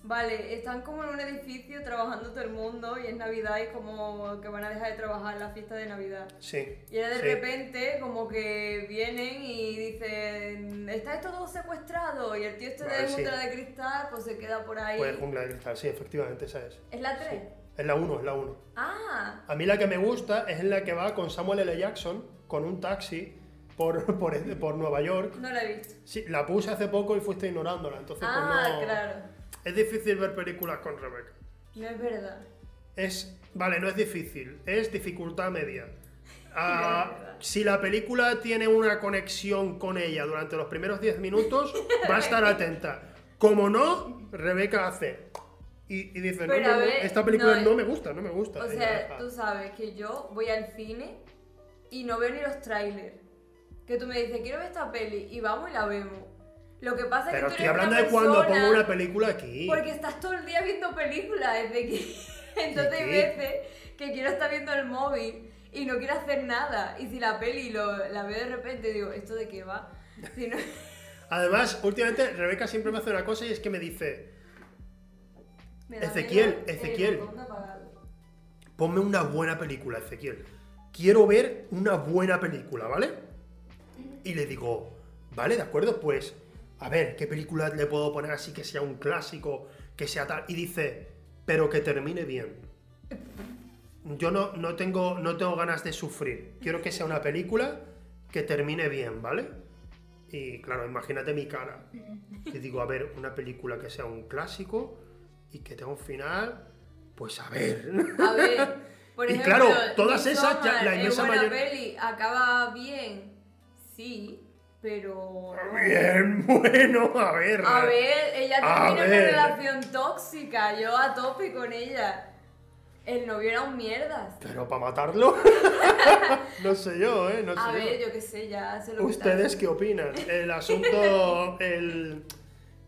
Vale, están como en un edificio trabajando todo el mundo y es Navidad y como que van a dejar de trabajar la fiesta de Navidad. Sí. Y ahora de sí. repente como que vienen y dicen, está esto todo secuestrado y el tío este Vale, de sí. Junta de Cristal pues se queda por ahí. Pues Jungla de Cristal, sí, efectivamente, esa es. ¿Es la 3? Es la 1, es la 1. Ah, A mí la que me gusta es en la que va con Samuel L. Jackson, con un taxi, por, por, por Nueva York. no la he visto. Sí, la puse hace poco y fuiste ignorándola, entonces pues, Ah, no- claro. Es difícil ver películas con Rebeca. No es verdad. Es. Vale, no es difícil, es dificultad media. Ah, Es verdad. si la película tiene una conexión con ella durante los primeros 10 minutos, va a estar atenta. Como no, Rebeca hace. Y, y dice, no, Pero no, a no, ver, esta película no no, es- me gusta, no me gusta. O Y sea, ya, tú sabes que yo voy al cine y no veo ni los trailers. Que tú me dices, quiero ver esta peli, y vamos y la vemos. Lo que pasa es Pero que tú estoy eres hablando una de cuando persona- pongo una película aquí. Porque estás todo el día viendo películas, es de que... Entonces hay ¿Qué? veces que quiero estar viendo el móvil y no quiero hacer nada. Y si la peli lo- la veo de repente, digo, ¿esto de qué va? Si no- Además, últimamente Rebeca siempre me hace una cosa y es que me dice, Me da eh, Ezequiel, pena el Ezequiel. botón de apagarlo. Ponme una buena película, Ezequiel. Quiero ver una buena película, ¿vale? Y le digo, vale, de acuerdo, pues, a ver, ¿qué película le puedo poner así que sea un clásico, que sea tal? Y dice, pero que termine bien. Yo no, no, tengo, no tengo ganas de sufrir. Quiero que sea una película que termine bien, ¿vale? Y claro, imagínate mi cara. Y digo, a ver, una película que sea un clásico y que tenga un final, pues a ver. A ver, por Y ejemplo, claro, todas esas ya- Midsommar la es inmensa buena mayor- peli acaba bien, sí, pero... Bien, bueno, a ver. A ver, ella A también tiene ver. una relación tóxica, yo a tope con ella. El novio era un mierdas. Pero para matarlo. no sé yo, ¿eh? No sé A yo. ver, yo qué sé, ya se lo ¿Ustedes qué opinan? El asunto. El...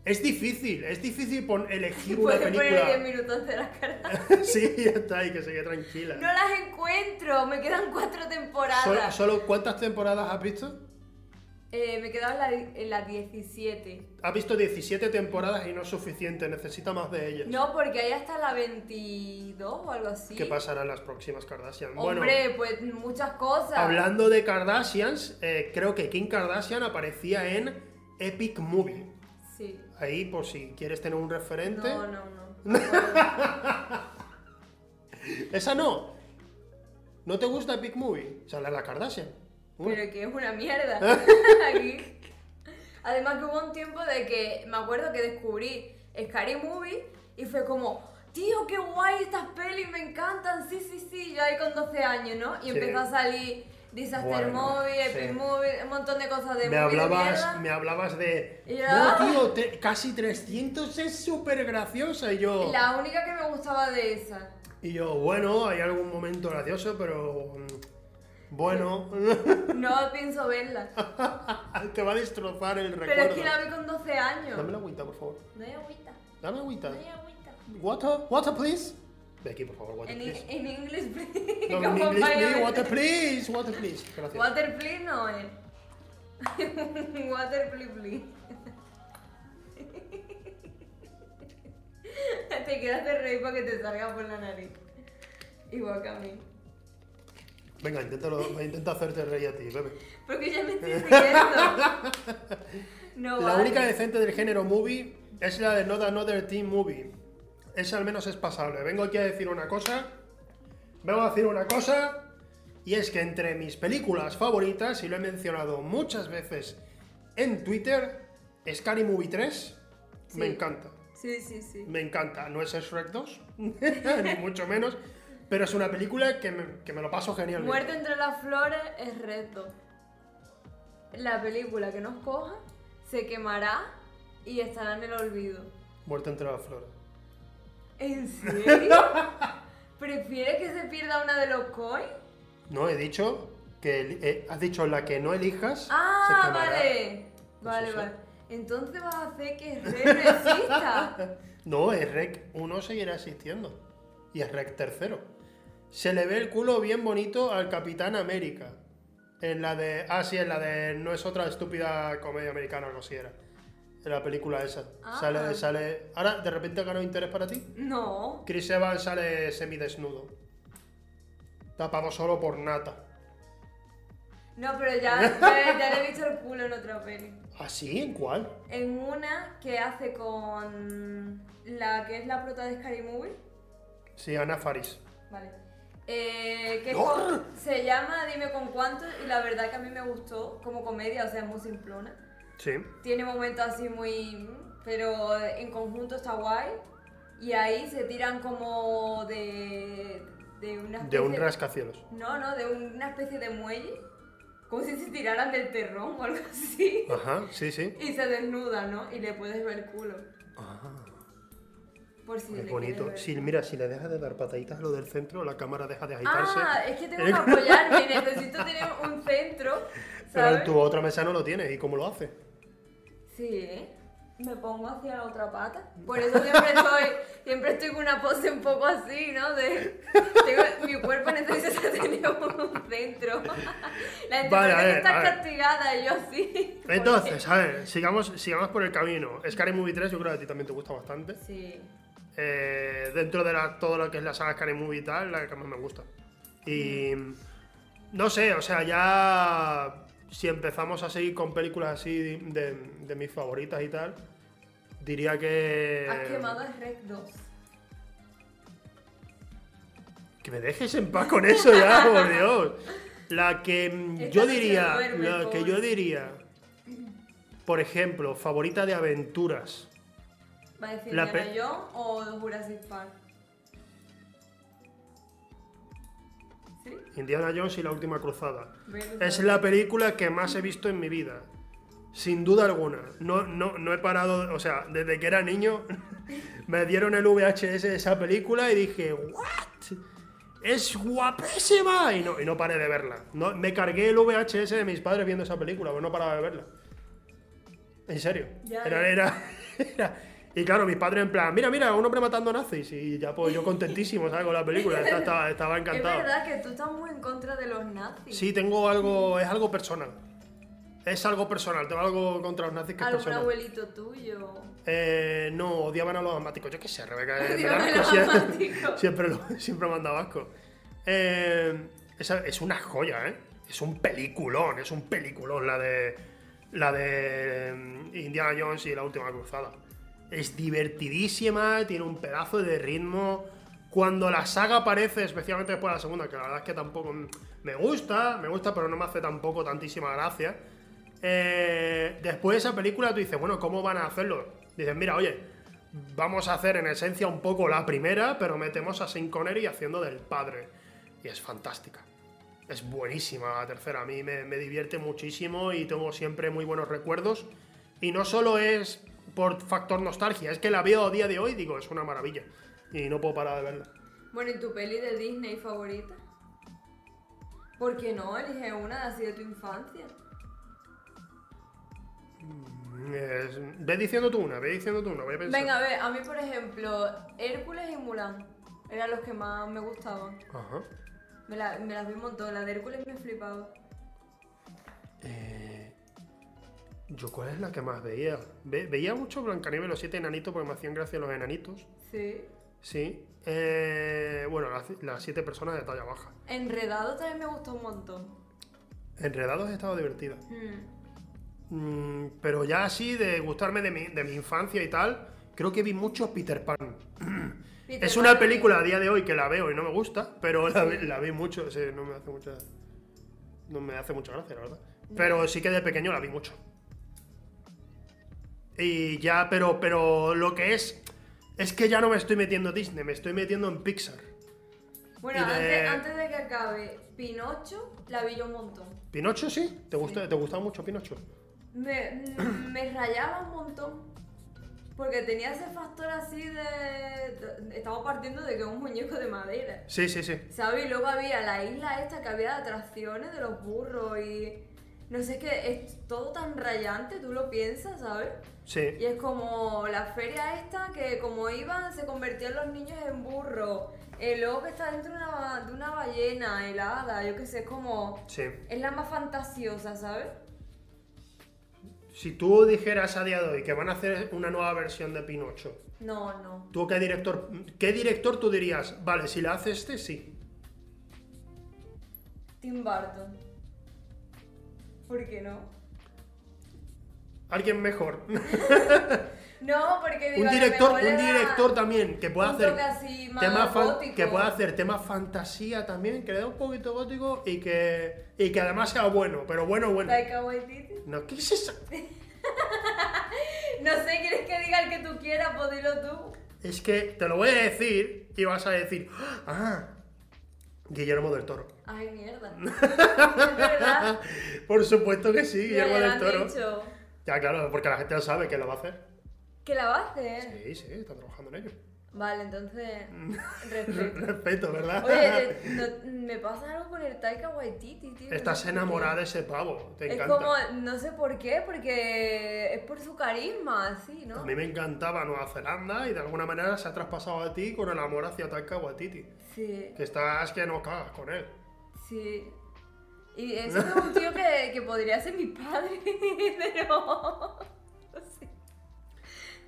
Es difícil, es difícil pon- elegir una Puedes poner 10 película. minutos de las caras. sí, ya está, y que se quede tranquila. No las encuentro, me quedan cuatro Solo, temporadas. solo- cuántas temporadas has visto? Eh, me quedaba en la, en la 17. Has visto 17 temporadas y no es suficiente, necesita más de ellas. No, porque hay hasta la 22 o algo así. ¿Qué pasará en las próximas Kardashian? Hombre, pues muchas cosas. Hablando de Kardashians, eh, creo que Kim Kardashian aparecía en Epic Movie. Sí. Ahí, por si quieres tener un referente. No, no, no. Por- Esa no. ¿No te gusta Big Movie? O sea, la de la Kardashian. Uy, Pero que es una mierda. Aquí. Además que hubo un tiempo de que me acuerdo que descubrí Scary Movie y fue como, tío, qué guay estas pelis, me encantan, sí, sí, sí, yo ahí con 12 años, ¿no? Y Sí. empezó a salir Disaster Bueno, Movie, Epic sí. Movie, un montón de cosas de me movie de hablabas, mierda. me hablabas de. Y yo- No, tío, te- casi 300 es súper graciosa. Y yo. La única que me gustaba de esa. Y yo, bueno, hay algún momento gracioso, pero. mm, Bueno, No pienso verla. te va a destrozar el Pero recuerdo. es que la vi con 12 años. Dame la agüita, por favor. No hay agüita. Dame agüita. No hay agüita. Water, water, please. De aquí, por favor, water, En, please. en inglés, please. No, Como en inglés, vaya- please, water, please, water, please. Gracias. Water please no es. Water please please. te quedas de reír para que te salga por la nariz. Igual que a mí. Venga, inténtalo, intenta hacerte reír a ti, bebé. Porque ya me estoy riendo. No, La vale. única decente del género movie es la de Not Another Teen Movie. Esa al menos es pasable. Vengo aquí a decir una cosa. Vengo a decir una cosa. Y es que entre mis películas favoritas, y lo he mencionado muchas veces en Twitter, Scary Movie 3 me Sí. encanta. Sí, sí, sí. Me encanta. No es Shrek 2, ni mucho menos. Pero es una película que me, que me lo paso genial. Muerte entre las flores es reto. La película que nos coja se quemará y estará en el olvido. Muerte entre las flores. ¿En serio? ¿Prefieres que se pierda una de los coins? No, he dicho que... el- eh, has dicho la que no elijas. se Ah, quemará. vale. Vale, eso. vale. Entonces vas a hacer que Ren exista. No, es REC 1 seguirá existiendo. Y es REC tercero. Se le ve el culo bien bonito al Capitán América. En la de. Ah, sí, en la de. No es otra estúpida comedia americana, no si era. En la película esa. Ah. Sale, sale. Ahora, de repente ganó interés para ti. No. Chris Evans sale semidesnudo. Tapado solo por nata. No, pero ya, ya, ya le he visto el culo en otra peli. ¿Ah, sí? ¿En cuál? En una que hace con la que es la prota de Scary Movie. Sí, Ana Faris. Vale. Eh, que es ¡No! con- se llama Dime con cuánto y la verdad que a mí me gustó como comedia, o sea, es muy simplona. Sí. tiene momentos así muy... mm, Pero en conjunto está guay. Y ahí se tiran como de... De una De un especie- rascacielos. No, no, de una especie de muelle. Como si se tiraran del terrón o algo así. Ajá, sí, sí. Y se desnudan, ¿no? Y le puedes ver el culo. Ah. Por si le Es quieres bonito. ver. Sí, mira, si le dejas de dar pataditas a lo del centro, la cámara deja de agitarse. Ah, es que tengo que apoyarme. Necesito tener un centro, Pero ¿sabes? en tu otra mesa no lo tienes. ¿Y cómo lo hace? Sí, ¿eh? Me pongo hacia la otra pata. Por eso siempre estoy, siempre estoy con una pose un poco así, ¿no? De, tengo- mi cuerpo necesita tener un centro. La gente Vale, a piensa que ver, estás a ver. castigada y yo así. Pues Entonces, a ver, sigamos, sigamos por el camino. Scary Movie 3, yo creo que a ti también te gusta bastante. Sí. Eh, dentro de la- todo lo que es la saga Scary Movie y tal, la que más me gusta. Y. No sé, o sea, ya. Si empezamos a seguir con películas así de, de- de mis favoritas y tal, diría que. Has quemado el Red 2. Que me dejes en paz con eso ya, por Dios. La que mm, Esta yo noche diría, duerme, la que pobre. yo diría, por ejemplo, favorita de aventuras. ¿Va a decir La Indiana pe- Jones o Jurassic Park? ¿Sí? Indiana Jones y la última cruzada. Bueno, Es la película que más he visto en mi vida. Sin duda alguna. No, no, no he parado, o sea, desde que era niño me dieron el VHS de esa película y dije, ¿what? Es guapísima. Y no, y no paré de verla. No, me cargué el VHS de mis padres viendo esa película, pero no paraba de verla. En serio. Ya, Era, ya. era, era- Y claro, mis padres en plan, mira, mira, un hombre matando nazis. Y ya pues yo contentísimo, ¿sabes? Con la película. Estaba, estaba- estaba Es encantado. verdad que tú estás muy en contra de los nazis. Sí, tengo algo, es algo personal. Es algo personal, tengo algo contra los nazis que es Algún personal. abuelito tuyo. Eh, no, odiaban a los asmáticos. Yo qué sé, Rebeca. eh, me da Odiaban a asco, los sie- asmáticos. siempre, lo- siempre me han dado asco. Eh, esa- es una joya, ¿eh? Es un peliculón, es un peliculón la de, la de mm, Indiana Jones y la última cruzada. Es divertidísima, tiene un pedazo de ritmo. Cuando la saga aparece, especialmente después de la segunda, que la verdad es que tampoco mm, me gusta, me gusta, pero no me hace tampoco tantísima gracia. eh, después de esa película, tú dices, bueno, ¿cómo van a hacerlo? Dicen, mira, oye, vamos a hacer en esencia un poco la primera, pero metemos a Sin Connery haciendo del padre. Y es fantástica. Es buenísima la tercera, a mí me, me divierte muchísimo y tengo siempre muy buenos recuerdos. Y no solo es por factor nostalgia, es que la veo a día de hoy y digo, es una maravilla. Y no puedo parar de verla. Bueno, ¿y tu peli de Disney favorita? ¿Por qué no? Elige una así de tu infancia. Es- ve diciendo tú una, ve diciendo tú una, voy a pensar. Venga, a ver, a mí por ejemplo, Hércules y Mulan eran los que más me gustaban. Ajá. Me, la- me las vi un montón, la de Hércules me flipaba. Eh, ¿Yo cuál es la que más veía? Ve- veía mucho Blancanieves y los siete enanitos porque me hacían gracia los enanitos. Sí. Sí. Eh, bueno, las, las siete personas de talla baja. Enredado también me gustó un montón. Enredados estaba divertida. Mm. Mm, pero ya así, de gustarme de mi, de mi infancia y tal, creo que vi mucho Peter Pan. Peter es Pan una también. película a día de hoy que la veo y no me gusta, pero la, vi- la vi mucho, sí, no me hace mucha... No me hace mucha gracia, la verdad. Pero sí que de pequeño la vi mucho. Y ya, pero, pero lo que es... Es que ya no me estoy metiendo Disney, me estoy metiendo en Pixar. Bueno, y de- antes, antes de que acabe, Pinocho la vi yo un montón. ¿Pinocho sí? ¿Te, gusta, ¿te gustaba mucho Pinocho? Me, mm, me rayaba un montón. Porque tenía ese factor así de. Estamos partiendo de que es un muñeco de madera. Sí, sí, sí. ¿Sabes? Y luego había la isla esta que había de atracciones de los burros y... No sé, es que es todo tan rayante, tú lo piensas, ¿sabes? Sí. Y es como la feria esta que como iban se convertían los niños en burros. El lobo que está dentro de una, de una ballena helada, yo qué sé, es como... Sí. Es la más fantasiosa, ¿sabes? Si tú dijeras a día de hoy que van a hacer una nueva versión de Pinocho, No, no. ¿tú qué director, qué director tú dirías? Vale, si la hace este, sí. Tim Burton. ¿Por qué no? Alguien mejor. No, porque digo, un a lo director, mejor un era director también que pueda un hacer toque así más temas fan- gótico. que pueda hacer temas fantasía también, que le dé un poquito gótico y que y que además sea bueno, pero bueno bueno. Taika Waititi. No, ¿qué es eso? No sé, ¿quieres que diga el que tú quieras? Pues dilo tú. Es que te lo voy a decir y vas a decir, ah, Guillermo del Toro. Ay, mierda. Es verdad. Por supuesto que sí, Mira, Guillermo ya lo del han Toro. dicho. Ya claro, porque la gente lo sabe que lo va a hacer. Que la vas a hacer. Sí, sí, está trabajando en ello. Vale, entonces. Mm. Respeto. Respeto, ¿verdad? Oye, eh, no- me pasa algo con el Taika Waititi, tío. No Estás sé por enamorada qué. de ese pavo, te Es encanta. como, no sé por qué, porque es por su carisma, así, A ¿no? mí me encantaba Nueva Zelanda y de alguna manera se ha traspasado a ti con el amor hacia Taika Waititi. Sí, Que estás que no cagas con él. sí. Y eso es un tío que, que podría ser mi padre, pero. no sé.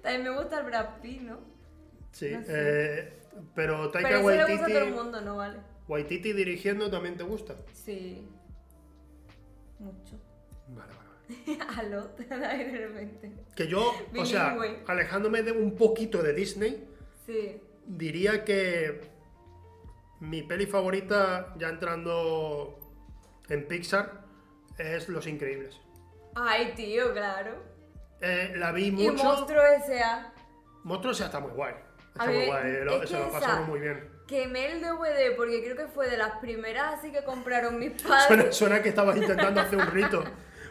También me gusta el Brad Pitt, ¿no? Sí. No sé. eh, pero Taika Pero eso le gusta a Waititi, todo el mundo, ¿no vale? Waititi dirigiendo también te gusta. Sí. Mucho. Vale, vale. vale. Aló, ahí de repente. Que yo, o sea, Bilingüe. alejándome de un poquito de Disney, Sí. Diría que mi peli favorita, ya entrando en Pixar, es Los Increíbles. Ay, tío, claro. Eh, la vi Y mucho. Monstruo S.A. Monstruos está muy guay. Está A muy ver, guay, es lo- que se lo esa- pasaron muy bien. Quemé el DVD E porque creo que fue de las primeras así que compraron mis Suena, padres. suena que estabas intentando hacer un rito.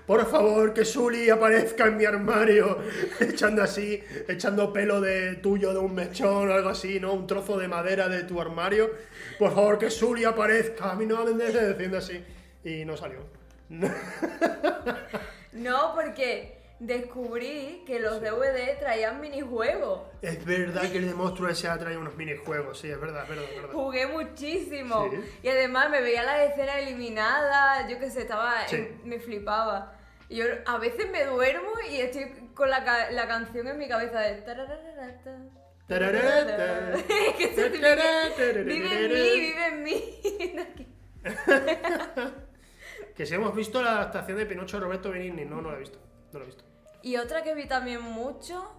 Por favor, que Sully aparezca en mi armario, echando así, echando pelo de tuyo de un mechón o algo así, ¿no? Un trozo de madera de tu armario. Por favor, que Sully aparezca. A mí no me andes diciendo así. Y no salió. No, porque descubrí que los DVD traían minijuegos. Es verdad que el de monstruo ese ha traído unos minijuegos, sí, es verdad, es verdad, es verdad. Jugué muchísimo. Sí. Y además me veía las escenas eliminadas, yo que sé, estaba, Sí. en- me flipaba. Y yo a veces me duermo y estoy con la, ca- la canción en mi cabeza de... tarararata, tarararata. Que se te vive- vive en mí, vive en mí. Que si hemos visto la adaptación de Pinocho de Roberto Benigni, no, no la he visto. No lo he visto. Y otra que vi también mucho,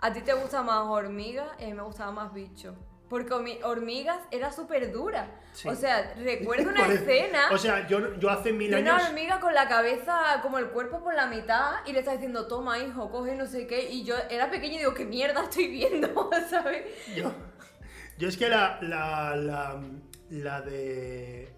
a ti te gusta más hormigas y a mí me gustaba más bicho. Porque Hormi- hormigas era súper dura. Sí. O sea, recuerdo una Vale. escena O sea, yo, yo hace mil de una años. hormiga con la cabeza, como el cuerpo por la mitad, y le está diciendo, toma hijo, coge no sé qué. Y yo era pequeña y digo, ¿qué mierda estoy viendo? ¿Sabes? Yo, yo es que la, la, la, la de.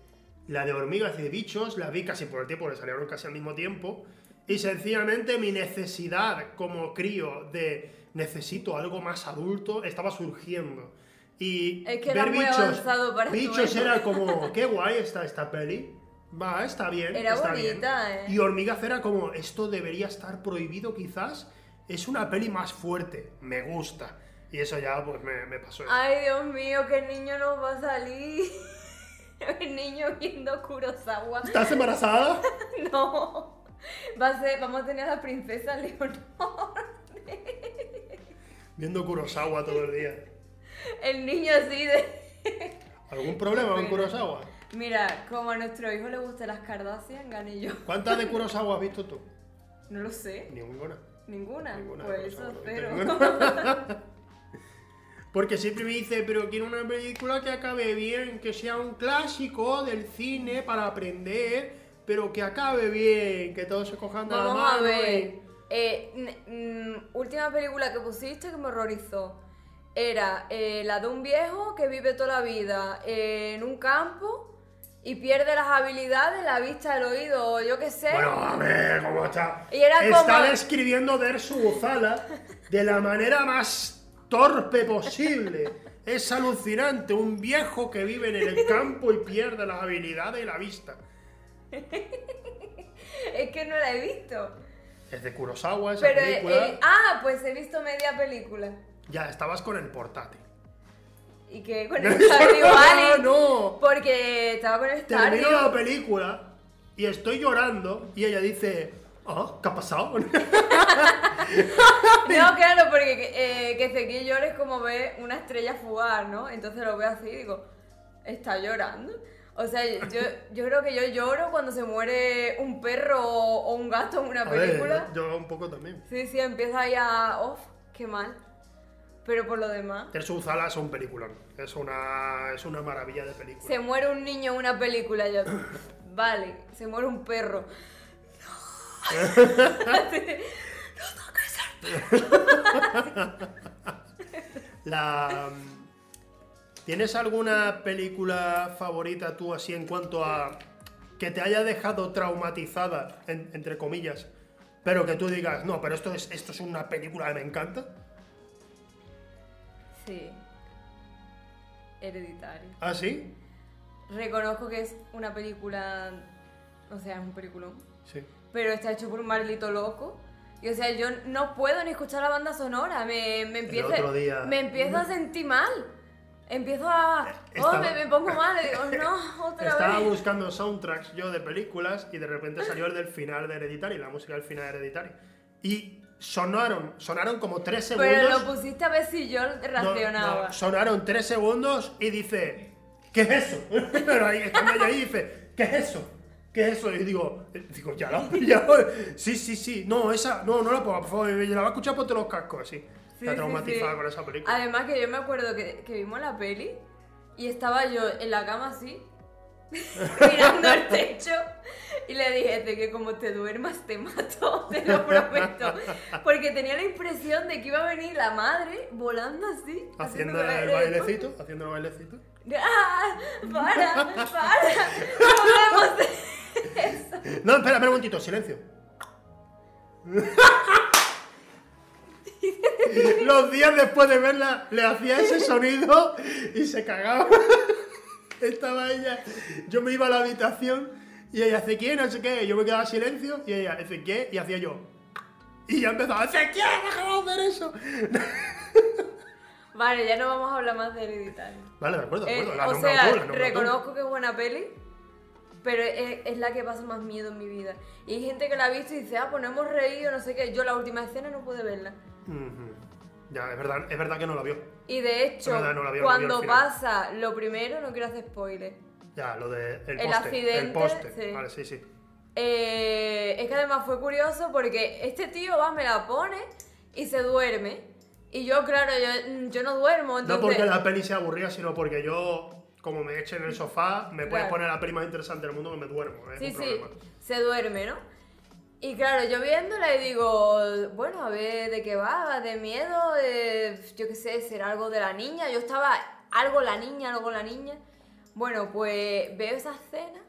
La de hormigas y de bichos la vi casi por el tiempo, porque salieron casi al mismo tiempo. Y sencillamente mi necesidad como crío de necesito algo más adulto estaba surgiendo. Y Es que era muy avanzado para tu bichos época. era como, qué guay está esta peli. Va, está bien. Era está bonita, bien". ¿eh? Y hormigas era como, esto debería estar prohibido quizás. Es una peli más fuerte, me gusta. Y eso ya pues me, me pasó. Ay, Dios mío, que el niño no va a salir. el niño viendo Kurosawa. ¿Estás embarazada? No. Va a ser, vamos a tener a la princesa Leonor. Viendo Kurosawa todo el día. El niño así de... ¿Algún problema con Kurosawa? Mira, como a nuestro hijo le gustan las Kardashian, gané yo. ¿Cuántas de Kurosawa has visto tú? No lo sé. Ninguna. Ninguna. Ninguna, pues no, eso, no, cero. ninguna. Porque siempre me dice, pero quiero una película que acabe bien, que sea un clásico del cine para aprender, pero que acabe bien, que todos se cojan de la Vamos mano. a ver. y- Eh, n- mm, última película que pusiste que me horrorizó. Era eh, la de un viejo que vive toda la vida eh, en un campo y pierde las habilidades, la vista, el oído, o yo qué sé. Bueno, a ver cómo está. Y era está como- describiendo Dersu Gozala de la manera más torpe posible. Es alucinante, un viejo que vive en el campo y pierde las habilidades y la vista. Es que no la he visto. Es de Kurosawa esa Pero, eh, película. eh, ah, pues he visto media película. Ya, estabas con el portátil. Y que con el Stardew Valley. pues, no. Porque estaba con el Termino Stardew. la película y estoy llorando y ella dice, "Ah, ¿qué ha pasado? No, claro, porque eh, que Ezequiel llora es como ve una estrella fugar, ¿no? Entonces lo veo así y digo, está llorando. O sea, yo, yo creo que yo lloro cuando se muere un perro o, o un gato en una A ver, película. yo yo un poco también. Sí, sí, empieza ahí a, off, qué mal. Pero por lo demás, Tersu Gozala es un peliculón. Es una, es una maravilla de película. se muere un niño en una película, yo, vale, se muere un perro. La. ¿Tienes alguna película favorita tú así en cuanto a que te haya dejado traumatizada, en- entre comillas, pero que tú digas, no, pero esto es, esto es una película que me encanta? Sí, hereditario. ¿Ah, sí? Reconozco que es una película, o sea, es un peliculón. Sí. pero está hecho por un maldito loco. Y o sea, yo no puedo ni escuchar la banda sonora, me, me empiezo, otro día- me empiezo a sentir mal. Empiezo a... Oh, Eh, Estaba- me, me pongo mal, y digo, no, otra Estaba vez. buscando soundtracks yo de películas y de repente salió el del final de Hereditary, la música del final de Hereditary. Y sonaron, sonaron como tres segundos. Pero lo pusiste a ver si yo No, reaccionaba. no, sonaron tres segundos y dice, ¿qué es eso? Pero ahí está Maya ahí y dice, ¿qué es eso? ¿Qué es eso? Y digo, digo, ya la ya, Sí, sí, sí. No, esa, no, no la ponga, por favor, yo la va a escuchar ponte los cascos así. Sí, Está sí, traumatizada sí. con esa película. Además que yo me acuerdo que, que vimos la peli y estaba yo en la cama así, mirando al techo y le dije de que como te duermas te mato, te lo prometo. Porque tenía la impresión de que iba a venir la madre volando así. haciendo haciendo el bailecito, haciendo el bailecito. ¡Ah! ¡Para! ¡Para! ¡No hablamos de eso! No, espera, espera un momentito, silencio. Los días después de verla le hacía ese sonido y se cagaba. Estaba ella. Yo me iba a la habitación y ella hace quién, no sé qué. Yo me quedaba en silencio y ella hace qué y hacía yo. Y ya empezaba, hace quién, deja de hacer eso. Vale, ya no vamos a hablar más de hereditario. Vale, de acuerdo, de Eh, acuerdo. La has o nombrado sea, tú, la has nombrado tú. reconozco que es buena peli, pero es, es la que pasa más miedo en mi vida. Y hay gente que la ha visto y dice, ah, pues no hemos reído, no sé qué. Yo la última escena no pude verla. Ujú. Ya, es verdad, es verdad que no la vio. Y de hecho, verdad, no la vi, no la vi al cuando final. pasa lo primero, no quiero hacer spoiler. Ya, lo de el, El poste. accidente, el poste. sí. Vale, sí, sí. Eh, es que además fue curioso porque este tío va, me la pone y se duerme. Y yo, claro, yo, yo no duermo. Entonces, No porque la peli sea aburrida, sino porque yo, como me eche en el sofá, me puedes Claro. poner la peli más interesante del mundo que me duermo. ¿eh? Es Sí, un sí, problema. se duerme, ¿no? Y claro, yo viéndola y digo, bueno, a ver, ¿de qué va? ¿De miedo? de- yo qué sé, ¿será algo de la niña? Yo estaba, algo la niña, algo la niña. Bueno, pues veo esa escena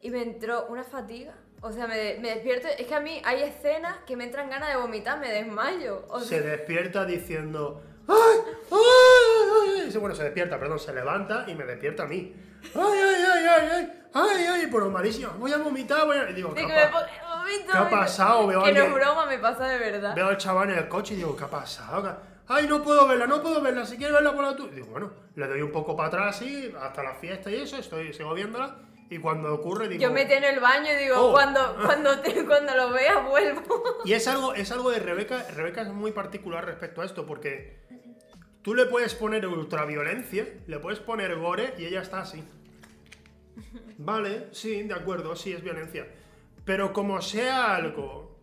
y me entró una fatiga. O sea, me, me despierto. Es que a mí hay escenas que me entran ganas de vomitar, me desmayo. O sea, Se despierta diciendo. ¡Ay! ¡Ay! ¡Ay! ay". Bueno, se despierta, perdón, se levanta y me despierta a mí. ¡Ay, ay, ay, ay! ¡Ay, ay! ay por malísimo. Voy a vomitar, voy a. Y digo, de que "Capaz". me po- vomito, ¿Qué ha vomito. pasado? Veo a Que no es alguien- broma, me pasa de verdad. Veo al chaval en el coche y digo, ¿qué ha pasado? ¿Qué- Ay, no puedo verla, no puedo verla, si quieres verla por la tuya. Digo, bueno, le doy un poco para atrás así, hasta la fiesta y eso, estoy, sigo viéndola. Y cuando ocurre, digo. Yo metí en el baño y digo, Oh. cuando, cuando, te- cuando lo veas vuelvo. Y es algo, es algo de Rebeca. Rebeca es muy particular respecto a esto, porque tú le puedes poner ultraviolencia, le puedes poner gore y ella está así. Vale, sí, de acuerdo, sí, es violencia. Pero como sea algo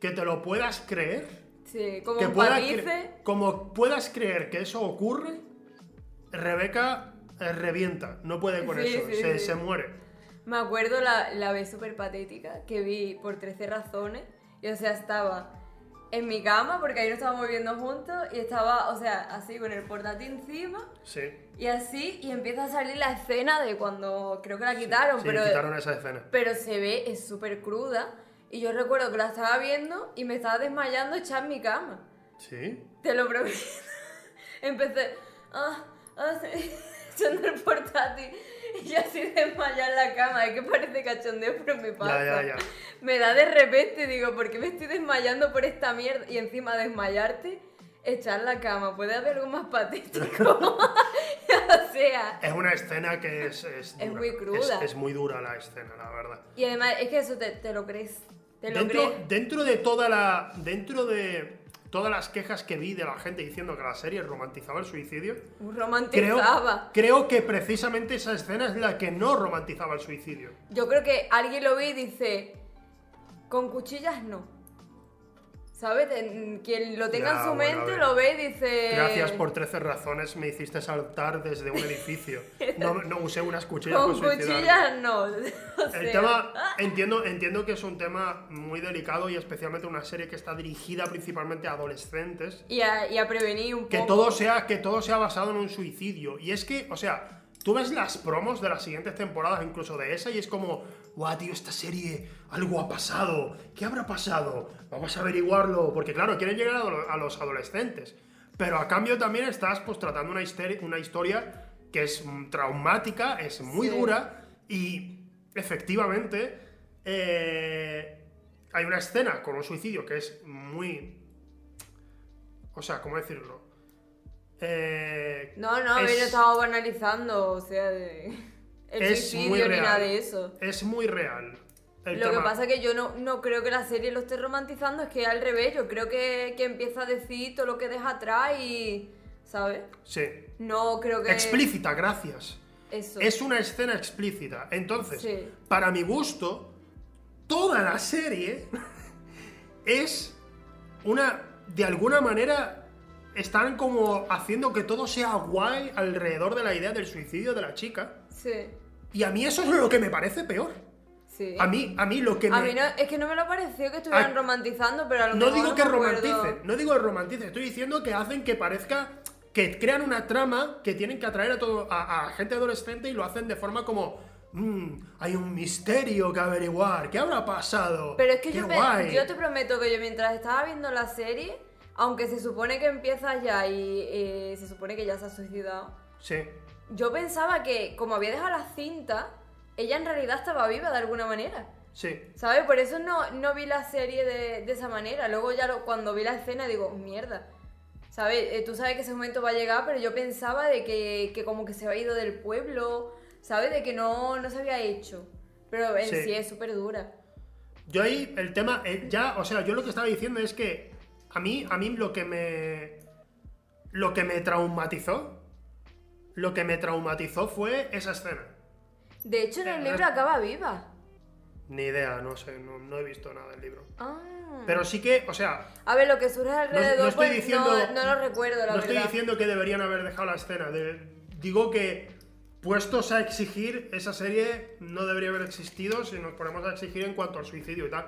que te lo puedas creer, Sí, como que un pueda patife. cre- como puedas creer que eso ocurre, Rebeca eh, revienta, no puede con Sí, eso, sí, se, sí. se muere. Me acuerdo la, la vez súper patética que vi por 13 razones. Y o sea, estaba en mi cama porque ahí nos estábamos viendo juntos y estaba, o sea, así con el portátil encima. Sí, Y así, y empieza a salir la escena de cuando creo que la quitaron, sí, pero quitaron esa escena. pero se ve, es súper cruda. Y yo recuerdo que la estaba viendo y me estaba desmayando echada en mi cama. Sí. Te lo prometo. Empecé ah, ah, sí, echando el portátil y yo así desmayada en la cama. Es que parece cachondeo, pero me pasa. Ya, ya, ya. Me da de repente, digo, ¿por qué me estoy desmayando por esta mierda? Y encima desmayarte, echar la cama. ¿Puede haber algo más patético? o sea. Es una escena que es. Es, Es dura. muy cruda. Es, es muy dura la escena, la verdad. Y además, es que eso te, te lo crees. Te lo Dentro, crees. dentro de toda la. Dentro de todas las quejas que vi de la gente diciendo que la serie romantizaba el suicidio. Creo, Romantizaba. creo que precisamente esa escena es la que no romantizaba el suicidio. Yo creo que alguien lo ve y dice, con cuchillas no. ¿Sabes? En- Quien lo tenga Ya, en su bueno, a mente ver. lo ve y dice... Gracias por 13 razones, me hiciste saltar desde un edificio. No, no usé unas cuchillas Con para suicidarme. cuchillas Ah. no. O El sea, tema, entiendo, entiendo que es un tema muy delicado y especialmente una serie que está dirigida principalmente a adolescentes. Y a, y a prevenir un Que poco. todo, sea, que todo sea basado en un suicidio. Y es que, o sea, tú ves las promos de las siguientes temporadas, incluso de esa, y es como, guau, tío, esta serie, algo ha pasado. ¿Qué habrá pasado? Vamos a averiguarlo. Porque, claro, quieren llegar a, lo- a los adolescentes. Pero a cambio también estás pues, tratando una, histeri- una historia que es mm, traumática, es muy Sí. dura, y efectivamente. eh, hay una escena con un suicidio que es muy o sea, ¿cómo decirlo? Eh, No, no, es- yo lo estaba banalizando, o sea, de... el es suicidio muy ni real. nada de eso. Es muy real. El Lo que tema- pasa es que yo no, no creo que la serie lo esté romantizando, es que al revés, yo creo que, que empieza a decir todo lo que deja atrás y... ¿Sabes? Sí. No creo que... Explícita, gracias. Eso. Es una escena explícita. Entonces, Sí. para mi gusto, toda la serie es una. De alguna manera, están como haciendo que todo sea guay alrededor de la idea del suicidio de la chica. Sí, Y a mí eso es lo que me parece peor. sí. A mí, a mí lo que A me. mí no, es que no me lo pareció que estuvieran Ah, romantizando, pero a lo No mejor digo que me acuerdo. romanticen, no digo que romanticen, estoy diciendo que hacen que parezca que crean una trama que tienen que atraer a todo a, a gente adolescente y lo hacen de forma como "Mm, hay un misterio que averiguar, ¿qué habrá pasado? Pero es que ¡Qué yo, pe- guay! yo te prometo que yo mientras estaba viendo la serie, aunque se supone que empieza ya y eh, se supone que ya se ha suicidado, Sí, yo pensaba que como había dejado la cinta, ella en realidad estaba viva de alguna manera. sí. ¿Sabes? Por eso no, no vi la serie de, de esa manera. Luego ya lo- cuando vi la escena digo, mierda. ¿Sabes? Eh, tú sabes que ese momento va a llegar, pero yo pensaba de que, que como que se había ido del pueblo, ¿sabes? De que no, no se había hecho. Pero en Sí. sí, es súper dura. Yo ahí el tema, eh, ya, o sea, yo lo que estaba diciendo es que a mí, a mí lo que me. Lo que me traumatizó. Lo que me traumatizó fue esa escena. De hecho, en el Eh, libro acaba viva. Ni idea, no sé, no, no he visto nada del libro. Ah. Pero sí que, o sea, A ver, lo que surge alrededor, no estoy pues, diciendo- no, no lo recuerdo, la no verdad. estoy diciendo que deberían haber dejado la escena. de- digo que puestos a exigir, esa serie no debería haber existido si nos ponemos a exigir en cuanto al suicidio y tal.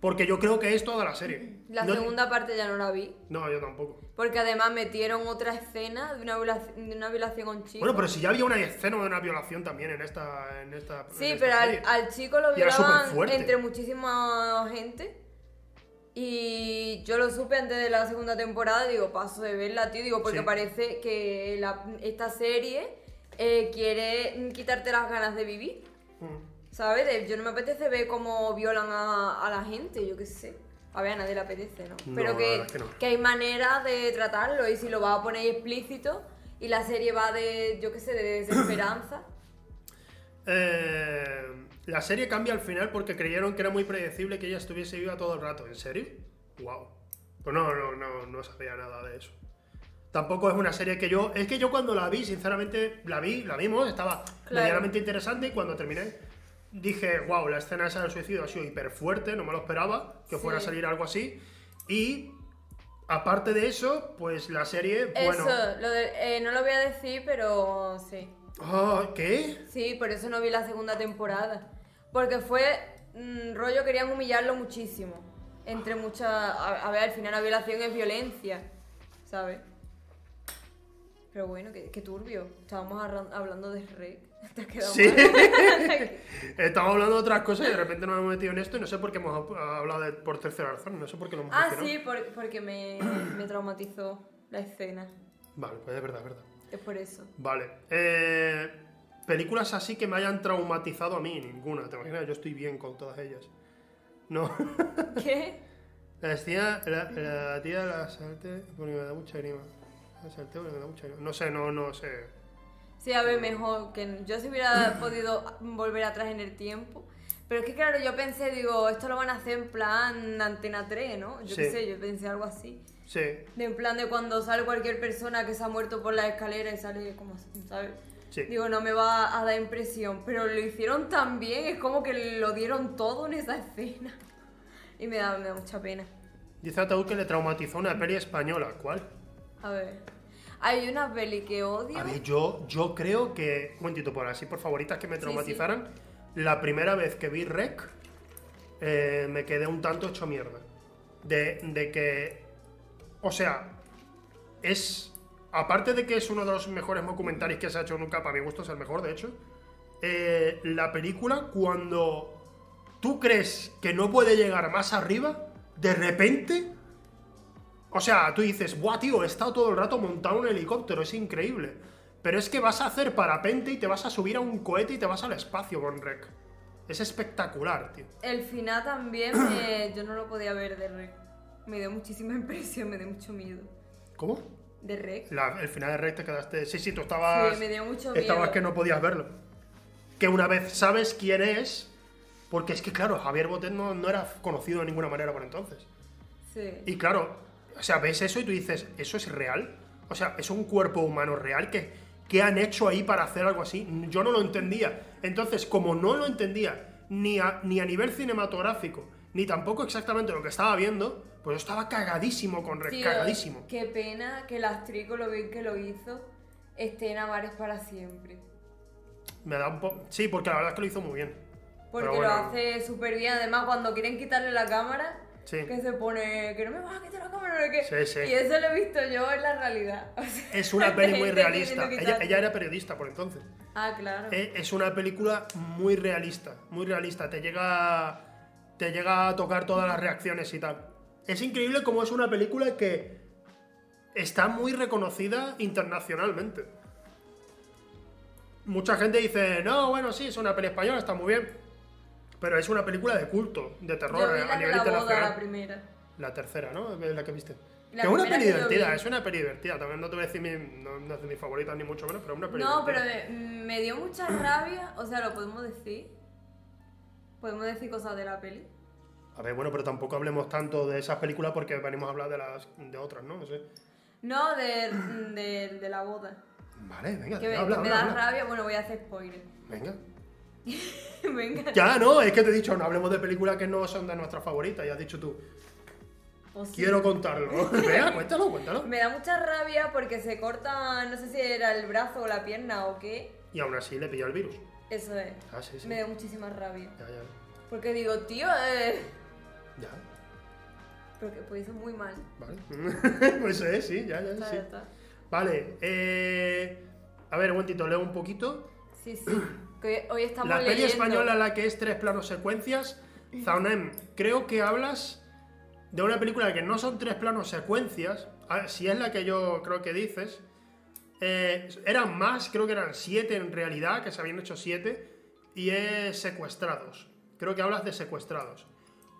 Porque yo creo que es toda la serie. La No- segunda parte ya no la vi. No, yo tampoco. Porque además metieron otra escena de una violación, de una violación a un chico. Bueno, pero si ya había una escena de una violación también en esta. En esta en sí, esta pero al, serie. al chico lo Y era violaban superfuerte. entre muchísima gente. Y yo lo supe antes de la segunda temporada, digo, paso de verla, tío, digo, porque Sí. parece que la- esta serie eh, quiere quitarte las ganas de vivir. Mm. ¿Sabes? De- Yo no me apetece ver cómo violan a, a la gente, yo qué sé. A ver, a nadie le apetece, ¿no? No, Pero la que, verdad es que no. hay maneras de tratarlo y si lo vas a poner explícito y la serie va de, yo qué sé, de desesperanza. Eh, la serie cambia al final porque creyeron que era muy predecible que ella estuviese viva todo el rato. ¿En serio? ¡Wow! Pues no, no, no, no sabía nada de eso. Tampoco es una serie que yo. Es que yo cuando la vi, sinceramente, la vi, la vimos, estaba Claro. medianamente interesante y cuando terminé dije, wow, la escena esa del suicidio ha sido hiper fuerte, no me lo esperaba que Sí. fuera a salir algo así. Y aparte de eso, pues la serie, bueno. Eso, lo de- eh, no lo voy a decir, pero sí. Ah, ¿Qué? Sí, por eso no vi la segunda temporada. Porque fue mm, rollo, querían humillarlo muchísimo. Entre muchas... A, a ver, al final la violación es violencia, ¿sabes? Pero bueno, qué, qué turbio. Estábamos arran- hablando de Rey. Te has quedado Sí. mal. Estamos hablando de otras cosas y de repente nos hemos metido en esto y no sé por qué hemos ha- hablado de- por tercera razón, no sé por qué lo hemos ah, mencionado. sí, por- porque me, me traumatizó la escena. Vale, pues es verdad, es verdad. Es por eso. Vale. eh, películas así que me hayan traumatizado a mí, ninguna, te imaginas, yo estoy bien con todas ellas. No. ¿Qué? La tía, la, la tía de la salte porque me da mucha grima. La salté porque me da mucha grima. No sé, no, no sé. Sí, a ver, mejor que yo si hubiera podido volver atrás en el tiempo. Pero es que claro, yo pensé, digo, esto lo van a hacer en plan Antena 3, ¿no? Yo qué Sí. sé, yo pensé algo así. Sí, De en plan de cuando sale cualquier persona que se ha muerto por la escalera y sale como así, ¿sabes? sí. Digo, no me va a dar impresión, pero lo hicieron tan bien, es como que lo dieron todo en esa escena. Y me da, me da mucha pena. Dice Ataúd que le traumatizó una peli española. ¿Cuál? A ver. Hay una peli que odio. A ver, yo, yo creo que. Un momentito, por así por favoritas que me traumatizaran. La primera vez que vi Rec, eh, me quedé un tanto hecho mierda. De, de que. O sea, es. Aparte de que es uno de los mejores documentales que se ha hecho nunca, para mi gusto es el mejor, de hecho. eh, la película, cuando tú crees que no puede llegar más arriba, de repente o sea, tú dices, buah, tío, he estado todo el rato montado en un helicóptero, es increíble. Pero es que vas a hacer parapente y te vas a subir a un cohete y te vas al espacio con Rec. Es espectacular, tío. El final también me- yo no lo podía ver de Rec. Me dio muchísima impresión, me dio mucho miedo. ¿Cómo? De Rec. La- el final de Rec te quedaste. Sí, sí, tú estabas. Sí, me dio mucho Estabas miedo. que no podías verlo. Que una vez sabes quién es. Porque es que, claro, Javier Botet no, no era conocido de ninguna manera por entonces. Sí. Y claro, o sea, ves eso y tú dices, ¿eso es real? O sea, ¿es un cuerpo humano real? que que han hecho ahí para hacer algo así? Yo no lo entendía. Entonces, como no lo entendía, ni a, ni a nivel cinematográfico, ni tampoco exactamente lo que estaba viendo, pues yo estaba cagadísimo con Rec, Tío, cagadísimo. Qué pena que el astrico, lo bien que lo hizo, esté en Avares para siempre. Me da un po- Sí, porque la verdad es que lo hizo muy bien. Porque Pero lo bueno. hace súper bien. Además, cuando quieren quitarle la cámara, Sí. que se pone que no me vas a quitar la cámara. no sé qué. Sí, sí. Y eso lo he visto yo en la realidad. O sea, Es una peli muy gente queriendo realista. Ella, quitar- ella era periodista por entonces. Ah, claro. Eh, Es una película muy realista, muy realista. Te llega, te llega a tocar todas las reacciones y tal. Es increíble cómo es una película que está muy reconocida internacionalmente. Mucha gente dice, no, bueno, sí, es una peli española, está muy bien. Pero es una película de culto, de terror yo vi eh, a la de nivel la boda, internacional. la primera. La tercera, ¿no? Es la que viste. La que es una primera peli que yo divertida, vi. es una peli divertida. También no te voy a decir mi, no, no es de mis favoritas ni mucho menos, pero es una peli No, pero divertida. me, me dio mucha rabia, o sea, lo podemos decir. Podemos decir cosas de la peli. A ver, bueno, pero tampoco hablemos tanto de esas películas porque venimos a hablar de las de otras, ¿no? No sé. No, de, de, de la boda. Vale, venga, Que me, habla, que me habla, da habla. rabia, bueno, voy a hacer spoiler. Venga. Venga. Ya, no, es que te he dicho, no hablemos de películas que no son de nuestras favoritas, ya has dicho tú. Pues sí. Quiero contarlo. Vea, cuéntalo, cuéntalo. Me da mucha rabia porque se corta, no sé si era el brazo o la pierna o qué. Y aún así le pilló el virus. Eso es. Ah, sí, sí. Me da muchísima rabia. Ya, ya. Porque digo, tío, eh... Ya, Porque pues hizo muy mal. vale. pues es, sí, ya, ya, Está, sí. está. Vale, eh... A ver, un momentito, leo un poquito. Sí, sí. Que hoy, hoy estamos la peli leyendo. española, la que es tres planos secuencias, Zaunem, creo que hablas de una película que no son tres planos secuencias, a- si es la que yo creo que dices. Eh, eran más, creo que eran siete en realidad, que se habían hecho siete, y es Secuestrados. Creo que hablas de Secuestrados.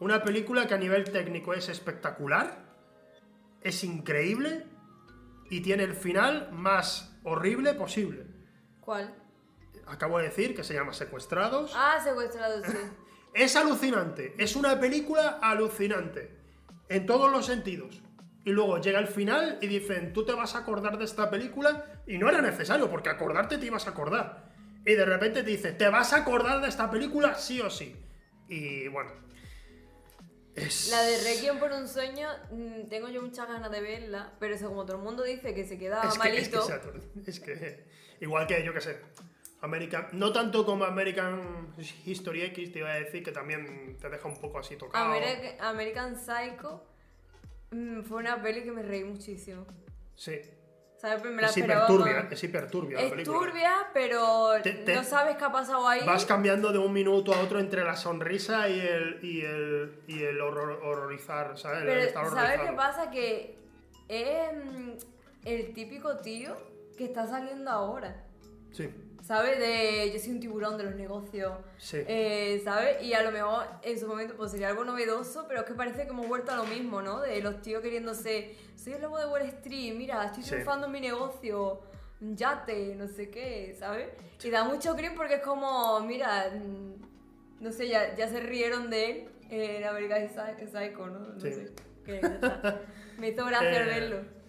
Una película que a nivel técnico es espectacular, es increíble y tiene el final más horrible posible. ¿Cuál? Acabo de decir que se llama Secuestrados. Ah, secuestrado, sí. Es alucinante, es una película alucinante, en todos los sentidos. Y luego llega el final y dicen, tú te vas a acordar de esta película, y no era necesario, porque acordarte te ibas a acordar. Y de repente te dice, te vas a acordar de esta película sí o sí. Y bueno. Es... La de Requiem por un sueño, mm, tengo yo muchas ganas de verla, pero eso como todo el mundo dice que se es queda que, es que malito. se ator- es que- igual que yo que sé. American, no tanto como American History X, te iba a decir que también te deja un poco así tocado. Ameri- American Psycho mm, fue una peli que me reí muchísimo. Sí, ¿Sabes? Me la Es esperaba. hiperturbia, más. es hiperturbia la Es película. turbia, pero Te- te- no sabes qué ha pasado ahí. Vas cambiando de un minuto a otro entre la sonrisa y el, y el, y el horror- horrorizar, ¿sabes? El Pero estar ¿sabes horrorizado. qué pasa? Que es mm, el típico tío que está saliendo ahora. Sí, ¿Sabes? De yo soy un tiburón de los negocios. sí. Eh, ¿Sabes? Y a lo mejor en su momento pues, sería algo novedoso, pero es que parece que hemos vuelto a lo mismo, ¿no? De los tíos queriéndose, soy el lobo de Wall Street, mira, estoy Sí. triunfando en mi negocio, un yate, no sé qué, ¿sabes? Y da mucho cringe porque es como, mira, mm, no sé, ya, ya se rieron de él eh, en American Psy- Psycho, ¿no? No Sí. sé. Que ya está. Me hizo gracia Eh. verlo.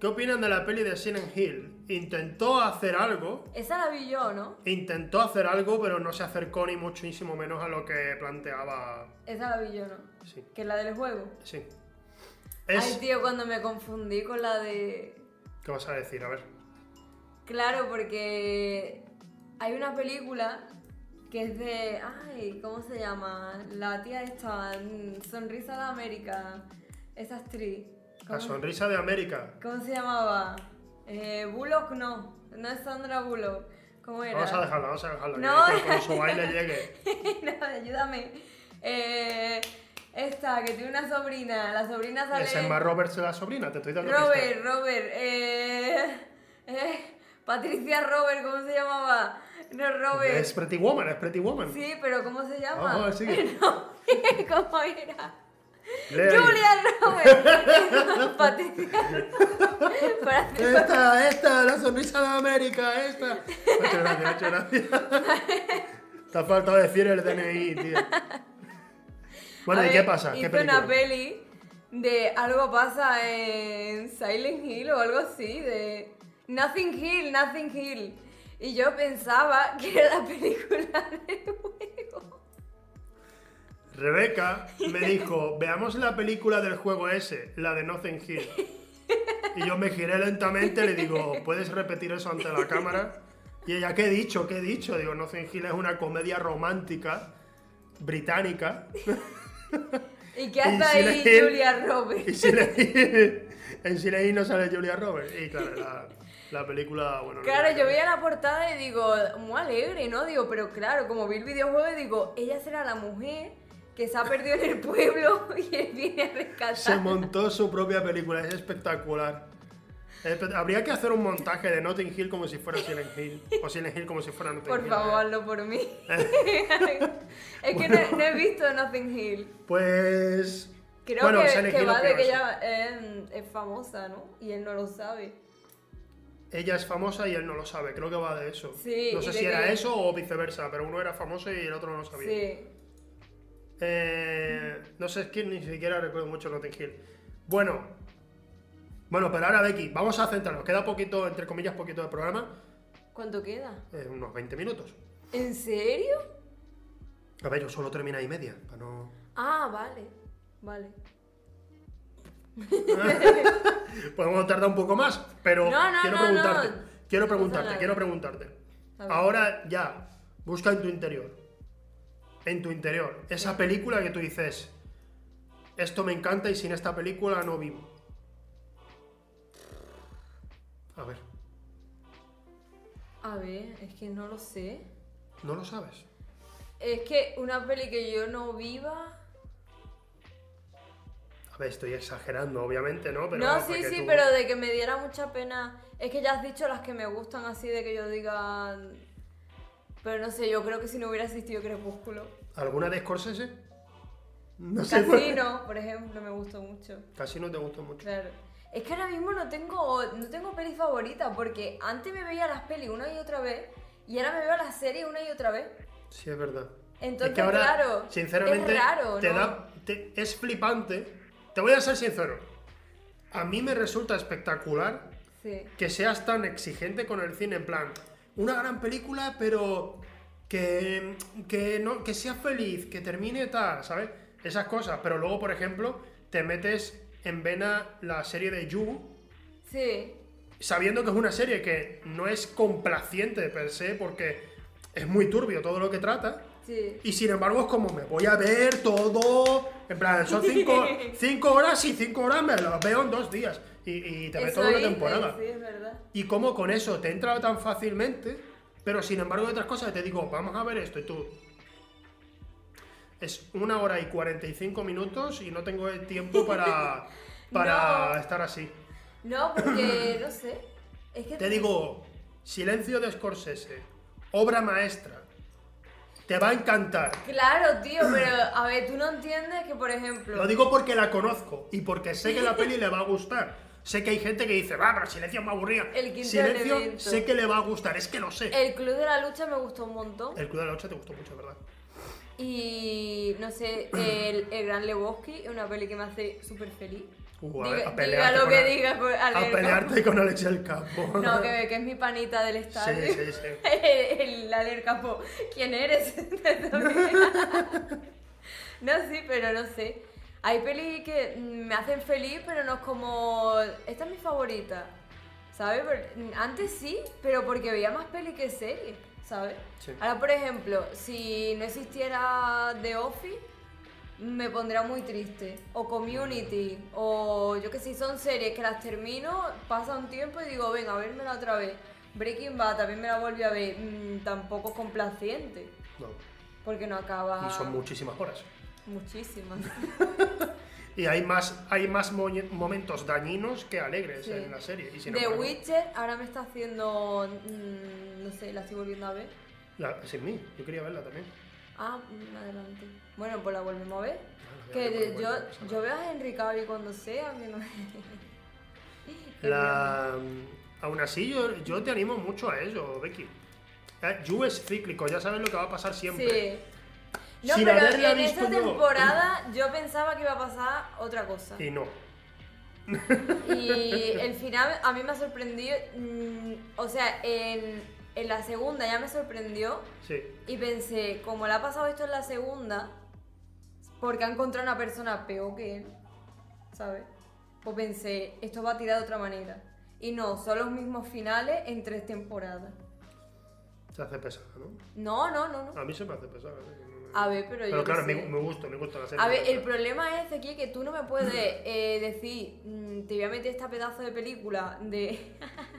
¿Qué opinan de la peli de Silent Hill? Intentó hacer algo, Esa la vi yo, ¿no? intentó hacer algo, pero no se acercó ni muchísimo menos a lo que planteaba. Esa la vi yo, ¿no? Sí, Que es la del juego. sí. Es... Ay, tío, cuando me confundí con la de... ¿Qué vas a decir? A ver. Claro, porque hay una película que es de. Ay, ¿cómo se llama? La tía esta, mm, Sonrisa de América. Esa actriz. La ¿Cómo, sonrisa de América. cómo se llamaba? Eh, Bullock no. No es Sandra Bullock. ¿Cómo era? Vamos a dejarla, vamos a dejarla. No. Que con su baile llegue. No, ayúdame. Eh, esta, que tiene una sobrina. La sobrina sale. Ese es más Robert la sobrina, te estoy dando pistas. Robert, Robert, eh, eh, Patricia Robert, ¿cómo se llamaba? No, Robert. Es Pretty Woman, es Pretty Woman. Sí, pero ¿cómo se llama? Ah, sigue. No, ¿cómo era? Lee ahí. Julia Robert. Patricia. Para hacer- Esta, esta, la sonrisa de América, esta. Muchas gracias, muchas gracias. Te ha faltado decir el DNI, tío. Bueno, A ¿y ver, qué pasa? ¿Qué hizo película? una peli de algo pasa en Silent Hill o algo así, de Nothing Hill, Nothing Hill. Y yo pensaba que era la película del juego. Rebeca me dijo, veamos la película del juego ese, la de Nothing Hill. Y yo me giré lentamente y le digo, ¿puedes repetir eso ante la cámara? Y ella, ¿qué he dicho? ¿Qué he dicho? Digo, Nothing Hill es una comedia romántica británica. ¿Y qué Y hace Silent ahí Hill. Julia Roberts? Y si leí- en si leí no sale Julia Roberts. Y claro, la, la película, bueno... no Claro, tiene yo que ver. veía la portada y digo, muy alegre, ¿no? Digo, pero claro, como vi el videojuego, digo, ella será la mujer que se ha perdido en el pueblo y él viene a Se rescatar. montó su propia película, es espectacular. Espe- Habría que hacer un montaje de Notting Hill como si fuera Silent Hill. O Silent Hill como si fuera Notting Por Hill. favor, hazlo por mí. es que no, no he visto Nothing Hill. Pues... Creo bueno, que, Silent que Hill va de opina que eso. ella eh, es famosa, ¿no? Y él no lo sabe. Ella es famosa y él no lo sabe, creo que va de eso. Sí, no y sé de si era que- eso o viceversa, pero uno era famoso y el otro no lo sabía. Sí. Eh, no sé, es que ni siquiera recuerdo mucho Notting Hill. Bueno, bueno, pero ahora Becky, vamos a centrarnos. Queda poquito, entre comillas, poquito de programa, ¿Cuánto queda? eh, unos 20 minutos. ¿En serio? A ver, yo solo tres minas y media, para no... Ah, vale. Vale. Podemos tardar un poco más, pero No, no, quiero no, preguntarte. no. Quiero No pasa preguntarte, nada. quiero preguntarte. A ver. Ahora ya, busca en tu interior. En tu interior. Esa película que tú dices, esto me encanta y sin esta película no vivo. A ver, A ver, es que no lo sé. no lo sabes. Es que una peli que yo no viva. A ver, estoy exagerando, obviamente, ¿no? no, para sí, que sí, tú- pero de que me diera mucha pena. Es que ya has dicho las que me gustan así, de que yo diga. Pero no sé, yo creo que si no hubiera existido Crepúsculo. ¿Alguna de Scorsese? No pues. Casino, por ejemplo, me gustó mucho. Casi no te gustó mucho. Claro. Es que ahora mismo no tengo, no tengo peli favorita, porque antes me veía las pelis una y otra vez, y ahora me veo las series una y otra vez. Sí, es verdad. Entonces, es que ahora, claro, sinceramente, es raro, te ¿no? da, te- es flipante. Te voy a ser sincero. A mí me resulta espectacular Sí. que seas tan exigente con el cine, en plan, una gran película, pero que, que, no, que sea feliz, que termine tal, ¿sabes? Esas cosas. Pero luego, por ejemplo, te metes en vena la serie de You, Sí. sabiendo que es una serie que no es complaciente per se, porque es muy turbio todo lo que trata. Sí. Y sin embargo es como me voy a ver todo. En plan, son cinco, cinco horas y cinco horas me las veo en dos días. Y, y te ves Eso toda una hice, temporada. Sí, es verdad. Y como con eso te entra tan fácilmente, pero sin embargo hay otras cosas que te digo, vamos a ver esto y tú. Es una hora y 45 minutos y no tengo el tiempo para, para No. estar así. No, porque no sé. Es que Te digo, Silencio de Scorsese, obra maestra. Te va a encantar. Claro, tío, pero a ver, tú no entiendes que, por ejemplo. Lo digo porque la conozco y porque sé que la peli le va a gustar. Sé que hay gente que dice, va, pero Silencio me aburría. El quinto Silencio elemento. sé que le va a gustar, es que lo sé. El Club de la Lucha me gustó un montón. El Club de la Lucha te gustó mucho, ¿verdad? Y no sé, el, el Gran Lebowski es una peli que me hace súper feliz. Uh, a ver, diga, a diga pelearte con lo que Ale- diga por- al A verlo. pelearte con Alex el Capo. No, que, que es mi panita del Sí, estadio. sí, sí. el, el Aler Capó, ¿quién eres? no, sí, pero no sé. Hay pelis que mm, me hacen feliz, pero no es como... Esta es mi favorita, ¿sabes? Por- mm, Antes sí, pero porque veía más peli que serie, ¿sabes? Sí. Ahora, por ejemplo, si no existiera The Office, me pondría muy triste. O Community, o yo que sé, son series que las termino, pasa un tiempo y digo, venga, a vérmela otra vez. Breaking Bad también me la volví a ver, mm, tampoco es complaciente, No, porque no acaba Y son muchísimas horas. muchísimas. Y hay más, hay más moñe- momentos dañinos que alegres Sí. en la serie. Y sin The embargo, Witcher ahora me está haciendo, mm, no sé, la estoy volviendo a ver. la- sin mí, yo quería verla también. Ah, mm, adelante. Bueno, pues la volvemos a ver. la voy a que ver cuando yo, vuelva, pasa yo veo a Henry Cavill cuando sea, que no... La... Aún así, yo, yo te animo mucho a ello, Becky. Eh, You es cíclico, ya sabes lo que va a pasar siempre. Sí. No, Sin pero haberla en visto esta yo. temporada yo pensaba que iba a pasar otra cosa. Y no. Y el final a mí me ha sorprendido. mm, o sea, en, en la segunda ya me sorprendió. Sí. Y pensé, como le ha pasado esto en la segunda, porque ha encontrado una persona peor que él, ¿sabes? Pues pensé, esto va a tirar de otra manera. Y no, son los mismos finales en tres temporadas. Se hace pesada, ¿no? No, no, no, no. A mí se me hace pesada. ¿eh? A ver, pero, yo. Pero qué claro, me, sé. me gusta, me gusta la serie. A me ver, gusta. el problema es, aquí que tú no me puedes eh, decir, mm, te voy a meter esta pedazo de película de,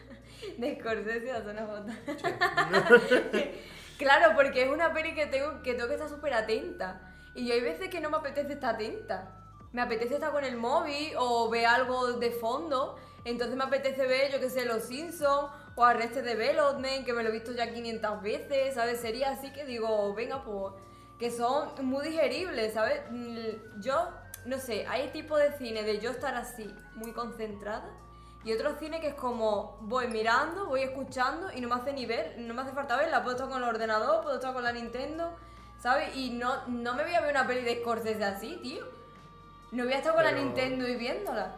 de Scorsese a una claro, porque es una peli que tengo que, tengo que estar súper atenta. Y yo hay veces que no me apetece estar atenta. Me apetece estar con el móvil o ver algo de fondo. Entonces me apetece ver, yo qué sé, Los Simpsons o Arrested Development, que me lo he visto ya 500 veces, ¿sabes? Sería así que digo, venga, pues, que son muy digeribles, ¿sabes? Mm, Yo, no sé, hay tipo de cine de yo estar así, muy concentrada, y otro cine que es como voy mirando, voy escuchando y no me hace ni ver, no me hace falta verla. Puedo estar con el ordenador, puedo estar con la Nintendo, ¿sabes? Y no, no me voy a ver una peli de Scorsese así, tío. No voy a estar con la Pero- Nintendo y viéndola.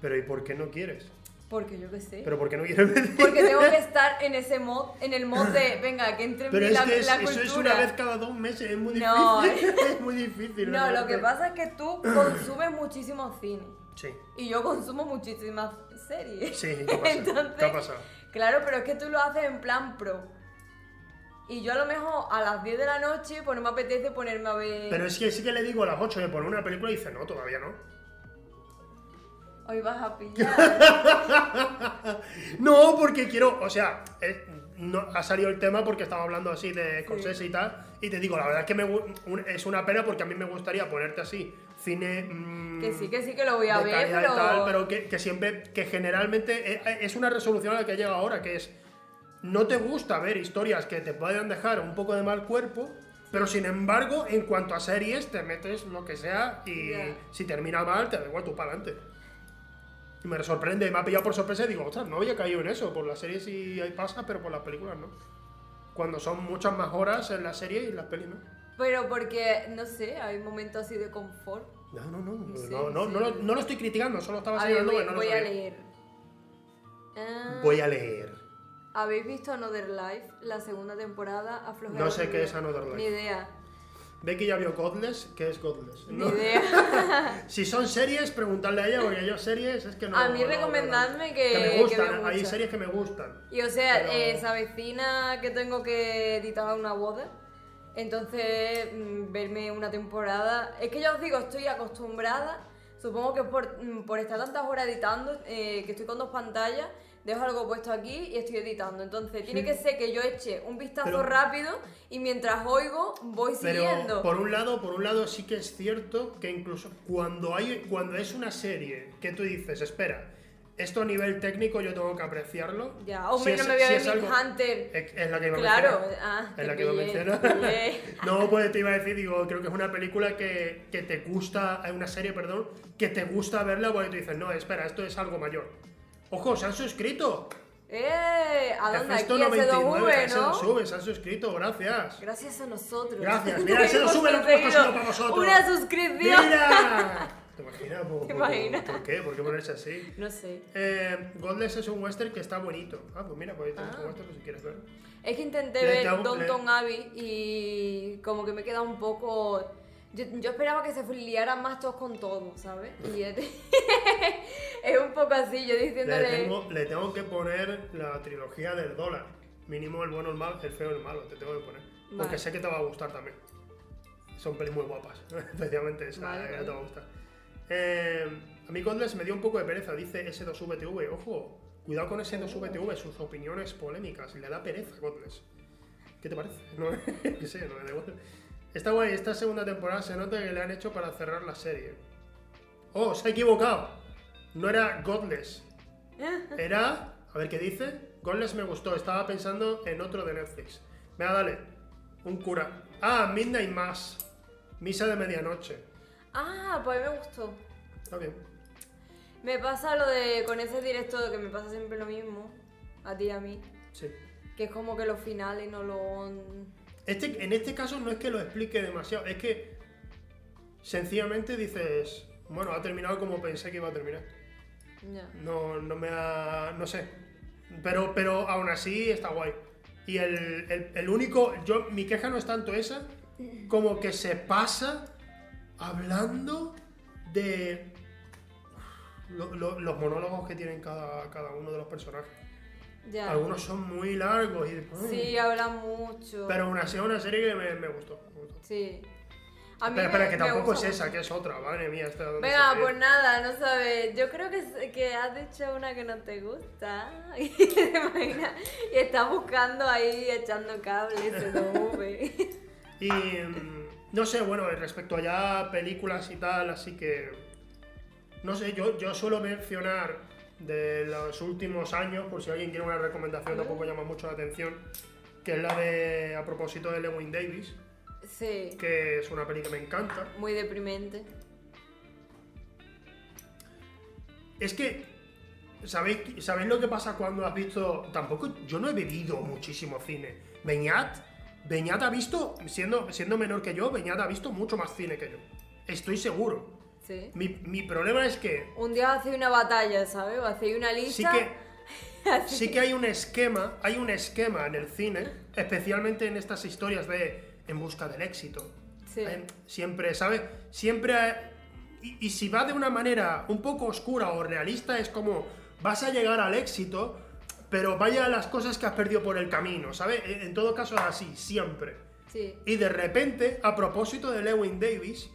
Pero ¿y por qué no quieres? Porque yo qué sé. Pero porque no quieres venir. Porque tengo que estar en ese mod, en el mod de, venga, que entre en Pero mí es la, que es- la eso cultura. es una vez cada dos meses, es muy difícil. No. eh. es muy difícil. No, lo que Pero- pasa es que tú consumes muchísimo cine. Sí, Y yo consumo muchísimas series. sí, ¿qué pasa? Entonces, ¿Qué ha pasado? Claro, pero es que tú lo haces en plan pro. Y yo a lo mejor a las 10 de la noche pues no me apetece ponerme a ver... Pero es que sí que le digo a las 8 de poner una película y dice, no, todavía no. Hoy vas a pillar. No, porque quiero, o sea, eh, no, ha salido el tema porque estaba hablando así de Scorsese y tal, y te digo, la verdad es que me gu- un- es una pena porque a mí me gustaría ponerte así, cine... mm, que sí, que sí que lo voy a de ver, calidad y pero... tal, pero que, que siempre, que generalmente eh, es una resolución a la que llega ahora, que es, no te gusta ver historias que te puedan dejar un poco de mal cuerpo, pero sin embargo, en cuanto a series, te metes lo que sea y Ya. si termina mal, te da igual tú para adelante. Y me sorprende, me ha pillado por sorpresa y digo, ostras, no había caído en eso, por las series sí hay pasa, pero por las películas no. Cuando son muchas más horas en las series y en las pelis no. Pero porque, no sé, hay momentos así de confort. No, no, no, Sí, no, no, sí. no, lo- no lo estoy criticando, solo estaba A ver, señalando voy, que no lo voy a sabía. leer. Ah, Voy a leer. ¿Habéis visto Another Life? La segunda temporada aflojera. No sé horrible. qué es Another Life. Ni idea. Becky ya vio Godless, ¿qué es Godless? Ni No. idea. Si son series, preguntarle a ella, porque yo series es que no. A mí no, recomendadme no. que- me que gustan, veo hay muchas. series que me gustan. Y o sea, Pero- eh, se avecina que tengo que editar una boda. Entonces, mm, verme una temporada. Es que ya os digo, estoy acostumbrada. Supongo que por, mm, por estar tantas horas editando, eh, que estoy con dos pantallas, dejo algo puesto aquí y estoy editando. Entonces, tiene que ser que yo eche un vistazo Pero- rápido y mientras oigo, voy Pero siguiendo. por un lado, por un lado sí que es cierto que incluso cuando hay cuando es una serie que tú dices, espera, esto a nivel técnico yo tengo que apreciarlo. Ya, hombre, Si no es- me voy a si ver es Mindhunter. algo- Es, es la que iba a Claro, mencionar. ah, Es te la que iba a pillé, mencionar. te pillé. No, pues te iba a decir, digo, creo que es una película que, que te gusta, es una serie, perdón, que te gusta verla porque tú dices, no, espera, esto es algo mayor. Ojo, se han suscrito. ¡Eh! ¿A dónde? Aquí, Efecto a 99, C2V, se lo ¿no? sube, se han suscrito, gracias. Gracias a nosotros. Gracias, mira, se lo Hemos sube lo que hemos conseguido para conseguido vosotros. Una suscripción. ¡Mira! ¿Te imaginas? ¿Por, ¿Te por- imaginas? ¿Por qué? ¿Por qué ponerse así? No sé. Eh, Godless es un western que está bonito. Ah, pues mira, pues tienes Ah. un western si quieres ver. Es que intenté Le- ver le hago- Downton le- Abbey y como que me queda un poco. Yo, yo esperaba que se liaran más todos con todo, ¿sabes? Y es, es un poco así, yo Le diciéndole. tengo, le tengo que poner la trilogía del dólar. Mínimo el bueno, el malo, el feo, el malo. Te tengo que poner. Vale. Porque sé que te va a gustar también. Son pelis muy guapas. Especialmente esa eh, Vale, vale. te va a gustar. Eh, a mí Condles me dio un poco de pereza. Dice S2VTV. Ojo, cuidado con S2VTV. Sus opiniones polémicas. Le da pereza a Godless. ¿Qué te parece? No, qué sé, no me da igual. Está guay, esta segunda temporada se nota que le han hecho para cerrar la serie. ¡Oh, se ha equivocado! No era Godless. Era... A ver qué dice. Godless me gustó, estaba pensando en otro de Netflix. Venga, dale. Un cura. Ah, Midnight Mass. Misa de medianoche. Ah, pues a mí me gustó. Está bien. Me pasa lo de. Con ese directo que me pasa siempre lo mismo. A ti y a mí. Sí. Que es como que los finales no lo. Este, en este caso no es que lo explique demasiado, es que sencillamente dices, bueno, ha terminado como pensé que iba a terminar. Ya. No, no me ha. No sé. Pero, pero aún así está guay. Y el, el- el único. Yo, mi queja no es tanto esa, como que se pasa hablando de. lo- lo- los monólogos que tienen cada, cada uno de los personajes. Ya. Algunos son muy largos y. Sí, habla mucho. Pero aún así es una serie que me, me gustó. me gustó. Sí. A mí Espera, me- espera, que me tampoco es gusta esa, mucho. que es otra, madre mía. Esta, ¿dónde Venga, se ve? pues nada, no sabes. Yo creo que, s- que has dicho una que no te gusta. Y te imaginas. Y estás buscando ahí echando cables se lo mueve. Y mm, no sé, bueno, respecto a ya películas y tal, así que. No sé, yo, yo suelo mencionar de los últimos años, por si alguien quiere una recomendación, tampoco llama mucho la atención, que es la de. A propósito de Lewin Davis, Sí. que es una peli que me encanta. Muy deprimente. Es que. ¿Sabéis, ¿Sabéis lo que pasa cuando has visto.? Tampoco. Yo no he vivido muchísimo cine. Beñat. Beñat ha visto. Siendo, siendo menor que yo, Beñat ha visto mucho más cine que yo. Estoy seguro. sé. Mi, mi problema es que Un día hacéis una batalla, ¿sabes? O hacéis una sí lista. que sí que hay un esquema, hay un esquema en el cine, especialmente en estas historias de en busca del éxito. Sí. Eh, Siempre, ¿sabes? Siempre eh, y, y si va de una manera un poco oscura o realista es como vas a llegar al éxito, pero vaya las cosas que has perdido por el camino, ¿sabes? En en todo caso es así, siempre. Sí. Y de repente, a propósito de Lewin Davis,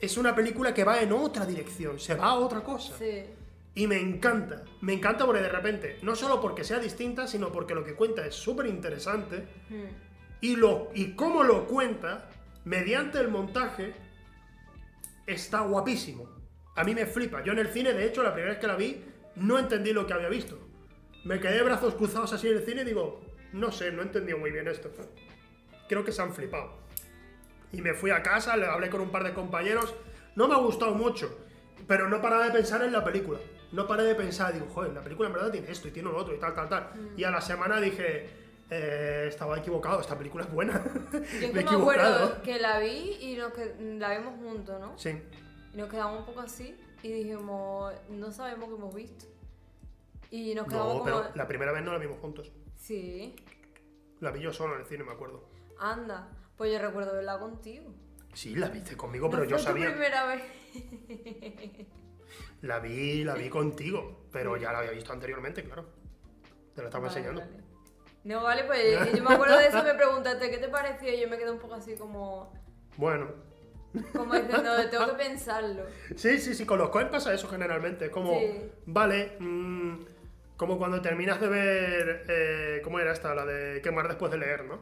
es una película que va en otra dirección, se va a otra cosa. Sí. Y me encanta, me encanta porque de repente, no solo porque sea distinta, sino porque lo que cuenta es súper interesante Mm. y, lo, y cómo lo cuenta, mediante el montaje, está guapísimo. A mí me flipa. Yo en el cine, de hecho, la primera vez que la vi, no entendí lo que había visto. Me quedé de brazos cruzados así en el cine y digo, no sé, no he entendido muy bien esto. Creo que se han flipado. Y me fui a casa, le hablé con un par de compañeros. No me ha gustado mucho, pero no paraba de pensar en la película. No paré de pensar, digo, joder, la película en verdad tiene esto y tiene lo otro y tal, tal, tal. Mm. Y a la semana dije, "Eh, estaba equivocado, esta película es buena. Yo es me he que me equivocado. acuerdo que la vi y nos que, la vimos juntos, ¿no? Sí, Y nos quedamos un poco así y dijimos, no sabemos qué hemos visto. Y nos quedamos no, como. pero la primera vez no la vimos juntos. Sí, La vi yo solo en el cine, me acuerdo. anda. Pues yo recuerdo verla contigo. Sí, la viste conmigo, No pero yo fue tu sabía. primera vez. La vi, la vi contigo, pero ya la había visto anteriormente, claro. Te la estaba Vale, enseñando. vale. No, vale, pues yo, yo me acuerdo de eso, me preguntaste qué te pareció y yo me quedé un poco así como, Bueno. como diciendo, tengo que pensarlo. Sí, sí, sí, con los cohen pasa eso generalmente. Como, Sí. vale, mm, como cuando terminas de ver. eh, ¿Cómo era esta? La de quemar después de leer, ¿no?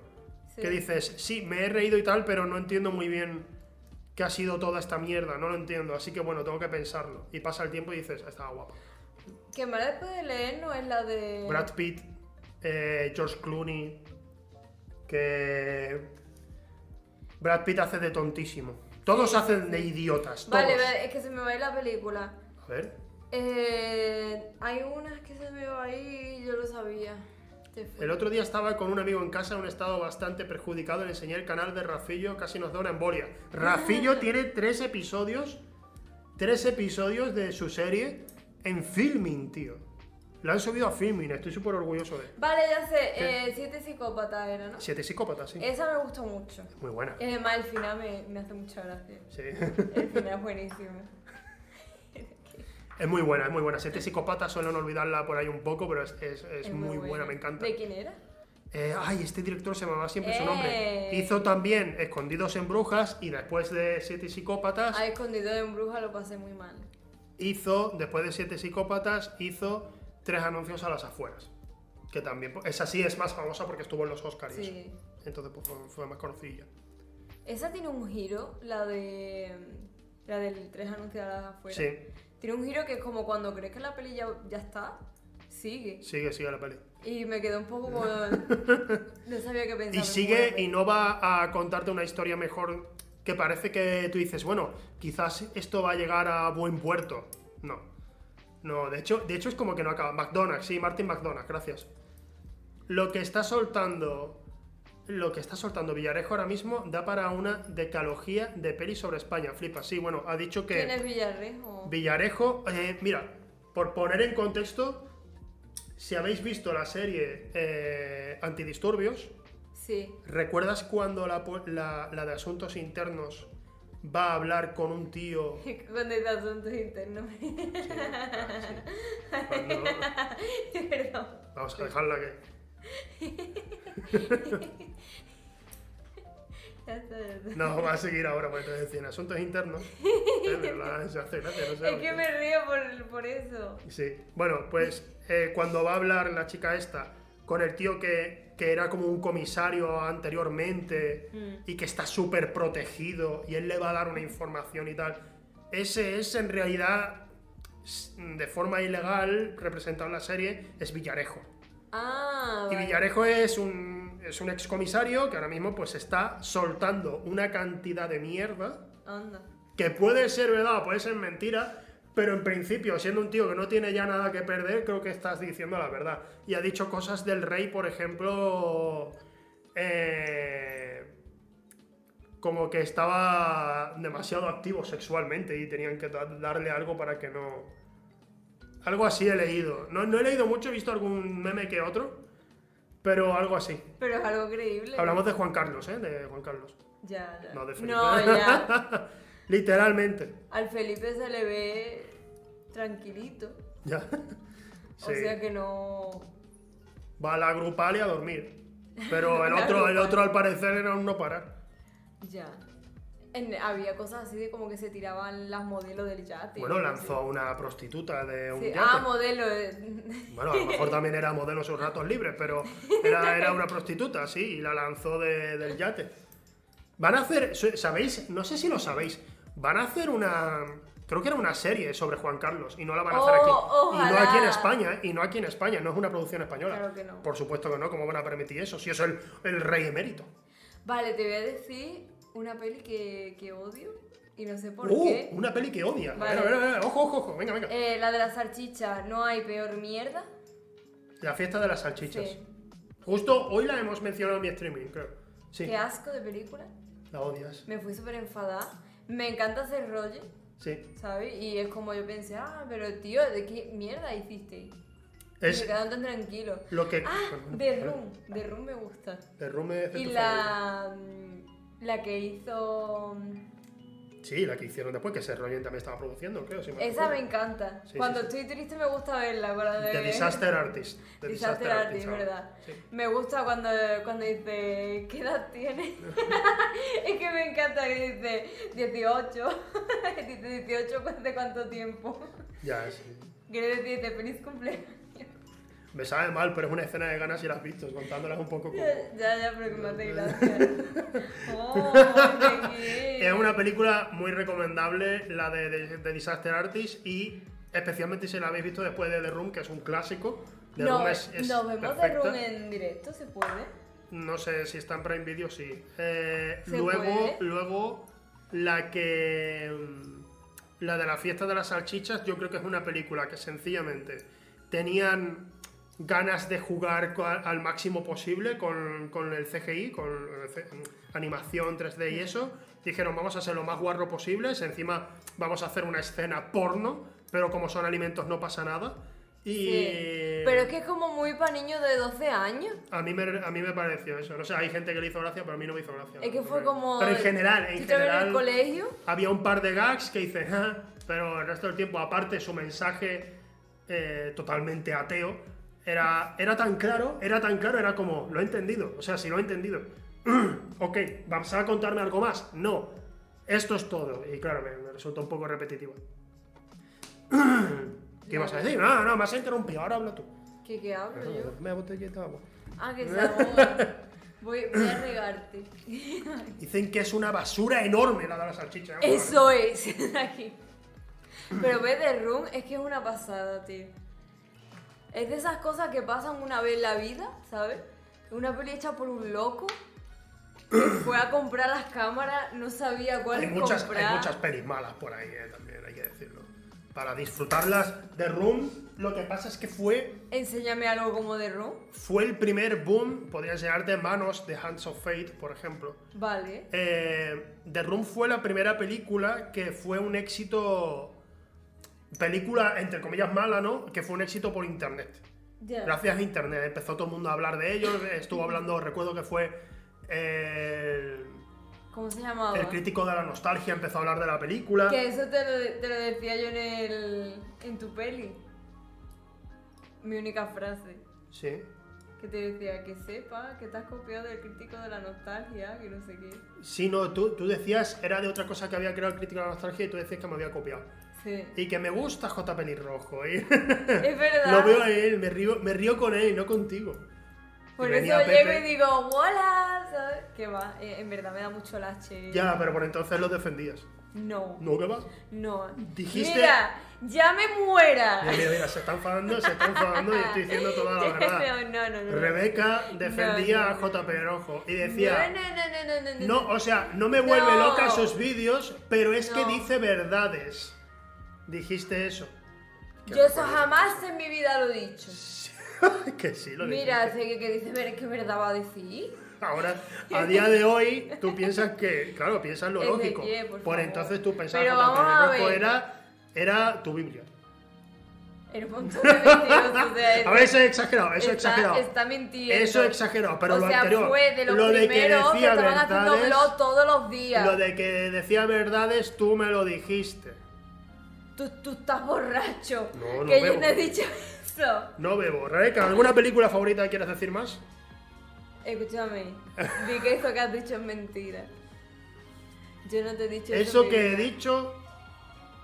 Sí. Que dices, sí, me he reído y tal, pero no entiendo muy bien qué ha sido toda esta mierda, no lo entiendo, así que bueno, tengo que pensarlo. Y pasa el tiempo y dices, "Ah, estaba guapa. Que más después de leer no es la de... Brad Pitt, eh, George Clooney, que Brad Pitt hace de tontísimo. Todos hacen de idiotas. Todos. Vale, vale, es que se me va a ir la película. A ver, Eh, hay unas que se me va a ir y yo lo sabía. Te fue. el otro día estaba con un amigo en casa en un estado bastante perjudicado. Le enseñé el canal de Rafillo, casi nos da una embolia. Ah. Rafillo tiene tres episodios, tres episodios de su serie en filming, tío. La han subido a filming, estoy súper orgulloso de él. Vale, ya sé, ¿Qué? eh, Siete Psicópatas era, ¿no? Siete psicópatas, sí. Esa me gustó mucho. Muy buena. Y además el final me, me hace mucha gracia. Sí. El final es buenísimo. Es muy buena, es muy buena. Siete psicópatas suelen olvidarla por ahí un poco, pero es, es- es muy, buena. me encanta. ¿De quién era? Eh, ay, este director se me va siempre su nombre. Eh. Hizo también Escondidos en Brujas y después de Siete Psicópatas, A escondido en bruja lo pasé muy mal. hizo, después de Siete Psicópatas, hizo Tres Anuncios a las Afueras. Que también, pues, esa sí es más famosa porque estuvo en los Oscars. y Sí. eso. Entonces pues, fue, fue más conocida. Esa tiene un giro, la de. La del tres anunciadas afuera. Sí, Tiene un giro que es como cuando crees que la peli ya, ya está, sigue. sigue, sigue la peli. Y me quedé un poco como. no sabía qué pensar. Y me sigue muero. y no va a contarte una historia mejor que parece que tú dices, bueno, quizás esto va a llegar a buen puerto. No. No, de hecho, de hecho es como que no acaba. McDonald's, sí, Martin McDonald's, gracias. Lo que está soltando. Lo que está soltando Villarejo ahora mismo da para una decalogía de peli sobre España. Flipa, sí, bueno, ha dicho que. ¿Quién es Villarrejo? Villarejo, eh, mira, por poner en contexto, si habéis visto la serie eh, Antidisturbios, sí. ¿Recuerdas cuando la, po- la- la de asuntos internos va a hablar con un tío? Con el asuntos internos. Sí, ah, sí. Cuando- Perdón. Vamos a dejarla que. Ya está, ya está. No, va a seguir ahora, porque te decía, en asuntos internos. eh, Es verdad, se hace gracia, no sé, Es que me río por, por eso. Sí. Bueno, pues eh, cuando va a hablar la chica esta con el tío que, que era como un comisario anteriormente Mm. y que está súper protegido y él le va a dar una información y tal, ese es en realidad, s- de forma ilegal, representado en la serie, es Villarejo. Ah, Y vale. Villarejo es un, es un excomisario que ahora mismo pues está soltando una cantidad de mierda Anda. que puede ser verdad, puede ser mentira, pero en principio, siendo un tío que no tiene ya nada que perder, creo que estás diciendo la verdad. Y ha dicho cosas del rey, por ejemplo, eh, como que estaba demasiado activo sexualmente y tenían que da- darle algo para que no... Algo así he leído. No, no he leído mucho, he visto algún meme que otro, pero algo así. Pero es algo creíble. Hablamos de Juan Carlos, ¿eh? De Juan Carlos. Ya, ya. No, de Felipe. no, ya. Literalmente. Al Felipe se le ve tranquilito. Ya. Sí. O sea que no. Va a la grupal y a dormir. Pero el La otro, el grupal. otro al parecer era un no parar. Ya. En- había cosas así de como que se tiraban las modelos del yate. Bueno, no lanzó a una prostituta de sé. un Sí, yate. Ah, modelo. eh. de- Bueno, a lo mejor también era modelo sus ratos libres, pero era, era una prostituta, sí, y la lanzó de- del yate. Van a hacer, su- ¿sabéis? No sé si lo sabéis. Van a hacer una. Creo que era una serie sobre Juan Carlos y no la van a hacer Oh, aquí. Y no ojalá. aquí en España, ¿eh? y no aquí en España, no es una producción española. Claro que no. Por supuesto que no, ¿cómo van a permitir eso? Si eso es el, el rey emérito. Vale, te voy a decir una peli que, que odio y no sé por Uh, qué. una peli que odia. Vale. Venga, venga, venga, Ojo, ojo, ojo, venga, venga. Eh, la de las salchichas, no hay peor mierda. La fiesta de las salchichas. Sí. Justo hoy la hemos mencionado en mi streaming, creo. Sí, Qué asco de película. la odias. Me fui súper enfadada. Me encanta hacer rollo, Sí. ¿sabes? Y es como yo pensé, ah, pero tío, ¿de qué mierda hiciste? Y se Es Eh, quedaron tan tranquilos. lo que. Ah, The Room. The Room me gusta. The Room Este es de Y tu la, mm, la que hizo... mm, favorito. Sí, la que hicieron después, que ese rollo también estaba produciendo, creo. si mal Esa me recuerdo. encanta. Sí, Cuando sí, estoy triste me gusta verla. Para de... The Disaster Artist. The Disaster Artist, ahora. ¿verdad? Sí. Me gusta cuando, cuando dice, ¿qué edad tienes? es que me encanta que dice 18. dice 18 cu- de cuánto tiempo. Ya, sí. Quiere decir, dice, feliz cumpleaños. Me sabe mal, pero es una escena de ganas y la has visto, contándolas un poco como. ya, ya, pero que me hace gracia. oh, qué Es una película muy recomendable, la de, de- de Disaster Artist, y especialmente si la habéis visto después de The Room, que es un clásico. The No, Room es, es nos vemos de perfecta. Room en directo, ¿se puede? No sé si está en Prime Video, sí. Eh, ¿Se luego, puede? luego, la que. mm, La de la fiesta de las salchichas, yo creo que es una película que sencillamente tenían ganas de jugar co- al máximo posible con, con el CGI, con eh, ce- animación 3D y eso. Dijeron, vamos a hacer lo más guarro posible, si encima vamos a hacer una escena porno, pero como son alimentos no pasa nada. Y... Sí. Pero es que es como muy para niños de 12 años. A mí, me, a mí me pareció eso. No sé, hay gente que le hizo gracia, pero a mí no me hizo gracia. Es que fue como... Pero en general, en ¿Tú te ves el general. colegio? Había un par de gags que hice, "Ja", pero el resto del tiempo, aparte su mensaje eh, totalmente ateo, era, era tan claro, era tan claro, era como, lo he entendido. O sea, si lo he entendido. ok, ¿vas a contarme algo más? No. Esto es todo. Y claro, me, me resultó un poco repetitivo. ¿Qué vas a decir? No, no, me has interrumpido, ahora habla tú. ¿Qué, qué hablo yo? Me botellita de agua. Ah, que se ahoga. Voy, voy a regarte. Dicen que es una basura enorme la ¿eh? de las salchichas. Eso es, aquí. Pero ve de Room, es que es una pasada, tío. Es de esas cosas que pasan una vez en la vida, ¿sabes? Una peli hecha por un loco que fue a comprar las cámaras, no sabía cuál Hay muchas, comprar. hay muchas pelis malas por ahí, eh, también hay que decirlo. Para disfrutarlas, The Room, lo que pasa es que fue, Enséñame algo como de Room. fue el primer boom, podría llegarte en manos de Hands of Fate, por ejemplo. Vale. Eh, The Room fue la primera película que fue un éxito, película entre comillas mala, ¿no? Que fue un éxito por internet. Ya. Gracias a internet, empezó todo el mundo a hablar de ellos, estuvo hablando, recuerdo que fue eh, el- ¿Cómo se llamaba? El crítico de la nostalgia empezó a hablar de la película. Que eso te lo, te lo decía yo en, el, en tu peli. Mi única frase. Sí. Que te decía que sepa que te has copiado del crítico de la nostalgia, que no sé qué. Sí, no, tú, tú decías, era de otra cosa que había creado el crítico de la nostalgia y tú decías que me había copiado. Sí. Y que me gusta J. Pelirrojo. ¿eh? Es verdad. Lo veo a él, me río, me río con él, no contigo. Por Y eso venía llego Pepe. y digo, hola, ¿sabes? Que va, eh, en verdad me da mucho lache. Ya, pero por entonces lo defendías. No, No, ¿qué va? no. Dijiste- Mira, ya me muera. Mira, mira, mira, se está enfadando, se está enfadando y estoy diciendo toda la verdad. no, no, no. no. Rebeca defendía No, no, a J. Pelirrojo y decía... No, no, no, no, no, no, No, o sea, no me vuelve No. loca sus vídeos, pero es que No. dice verdades. Dijiste eso. Yo eso jamás en mi vida lo he dicho. que sí, lo Mira, dijiste. sé que, que dice, pero es que verdad va a decir. Ahora, a día de hoy, tú piensas que, claro, piensas lo Es de lógico. pie, por favor. entonces tú pensabas Pero que Panteón vamos a Rocco ver. era, era tu Biblia. El montón de mentiras, o sea, es- A ver, eso es exagerado, eso es está- exagerado. Está mintiendo. Eso es exagerado, pero o lo sea, anterior, fue de los lo de que primeros decía estaban haciendo verdades- blog todos los días. Lo de que decía verdades, tú me lo dijiste. Tú, tú estás borracho. No, no que bebo. yo no he dicho eso. No bebo. Rebeca, ¿alguna película favorita quieras decir más? Escúchame, di que eso que has dicho es mentira. Yo no te he dicho eso. Eso en mi que he vida. dicho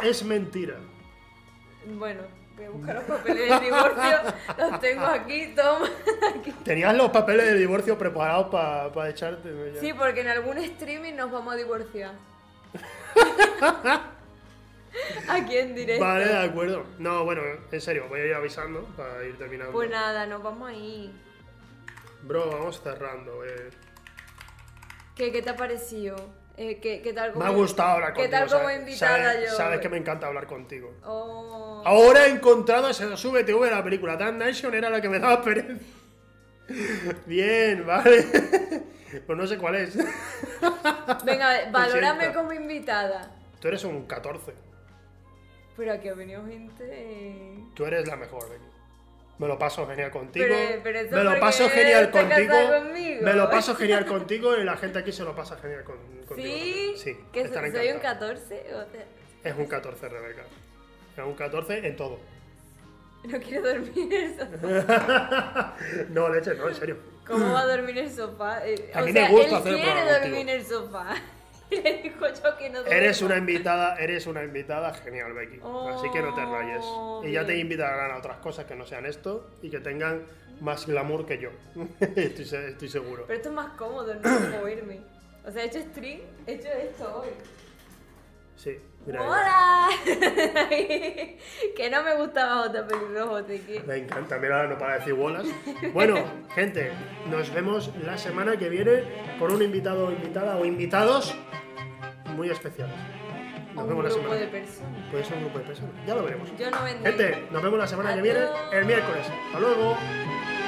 es mentira. Bueno, voy a buscar los papeles de divorcio. los tengo aquí, toma. aquí. Tenías los papeles de divorcio preparados para echarte. ¿no? Ya. Sí, porque en algún streaming nos vamos a divorciar. aquí en directo. Vale, de acuerdo. No, bueno, en serio, voy a ir avisando para ir terminando. Pues nada, nos vamos ahí. Bro, vamos cerrando. eh. ¿Qué, qué te ha parecido? Eh, ¿qué, qué tal como, Me ha gustado hablar ¿Qué contigo. tal como sabes- invitada sabes- yo? Sabes que me encanta hablar contigo. Oh. Ahora he encontrado ese SVTV, la película Dan Nation era la que me daba pereza. Bien, vale. Pues no sé cuál es. Venga, valórame siento. como invitada. Tú eres un 14. Pero aquí ha venido gente. eh. Tú eres la mejor, Beni. Me lo paso genial contigo. Pero- pero eso me lo porque paso genial te has contigo. casado conmigo. Me lo paso genial contigo y la gente aquí se lo pasa genial con- contigo. ¿Sí? también. Sí, ¿Que estarán so- soy un encantados. 14? O sea, Es un 14, Rebeca. Es un 14 en todo. no quiero dormir en el sofá. no, leche, no, en serio. ¿Cómo va a dormir en el sofá? Eh, A o mí me sea, gusta él hacer el quiere programa dormir contigo. en el sofá. Le dijo yo que no duerma. Eres una invitada, eres una invitada genial, Becky. Así que no te rayes. Oh, Y ya te bien. invitarán a otras cosas que no sean esto y que tengan más glamour que yo. estoy, se- estoy seguro. Pero esto es más cómodo, no puedo moverme. O sea, he hecho stream, he hecho esto hoy. Sí, mira. mira. ¡Hola! que no me gustaba otra pelirrojo, te quiero. Me encanta, mira, no para de decir bolas. Bueno, gente, nos vemos la semana que viene con un invitado o invitada o invitados muy especiales. A Nos un vemos la grupo semana. de personas. Puede ser un grupo de personas, ya lo veremos. Yo no vendría. Gente, nos vemos la semana que viene, Adiós. el miércoles. Hasta luego.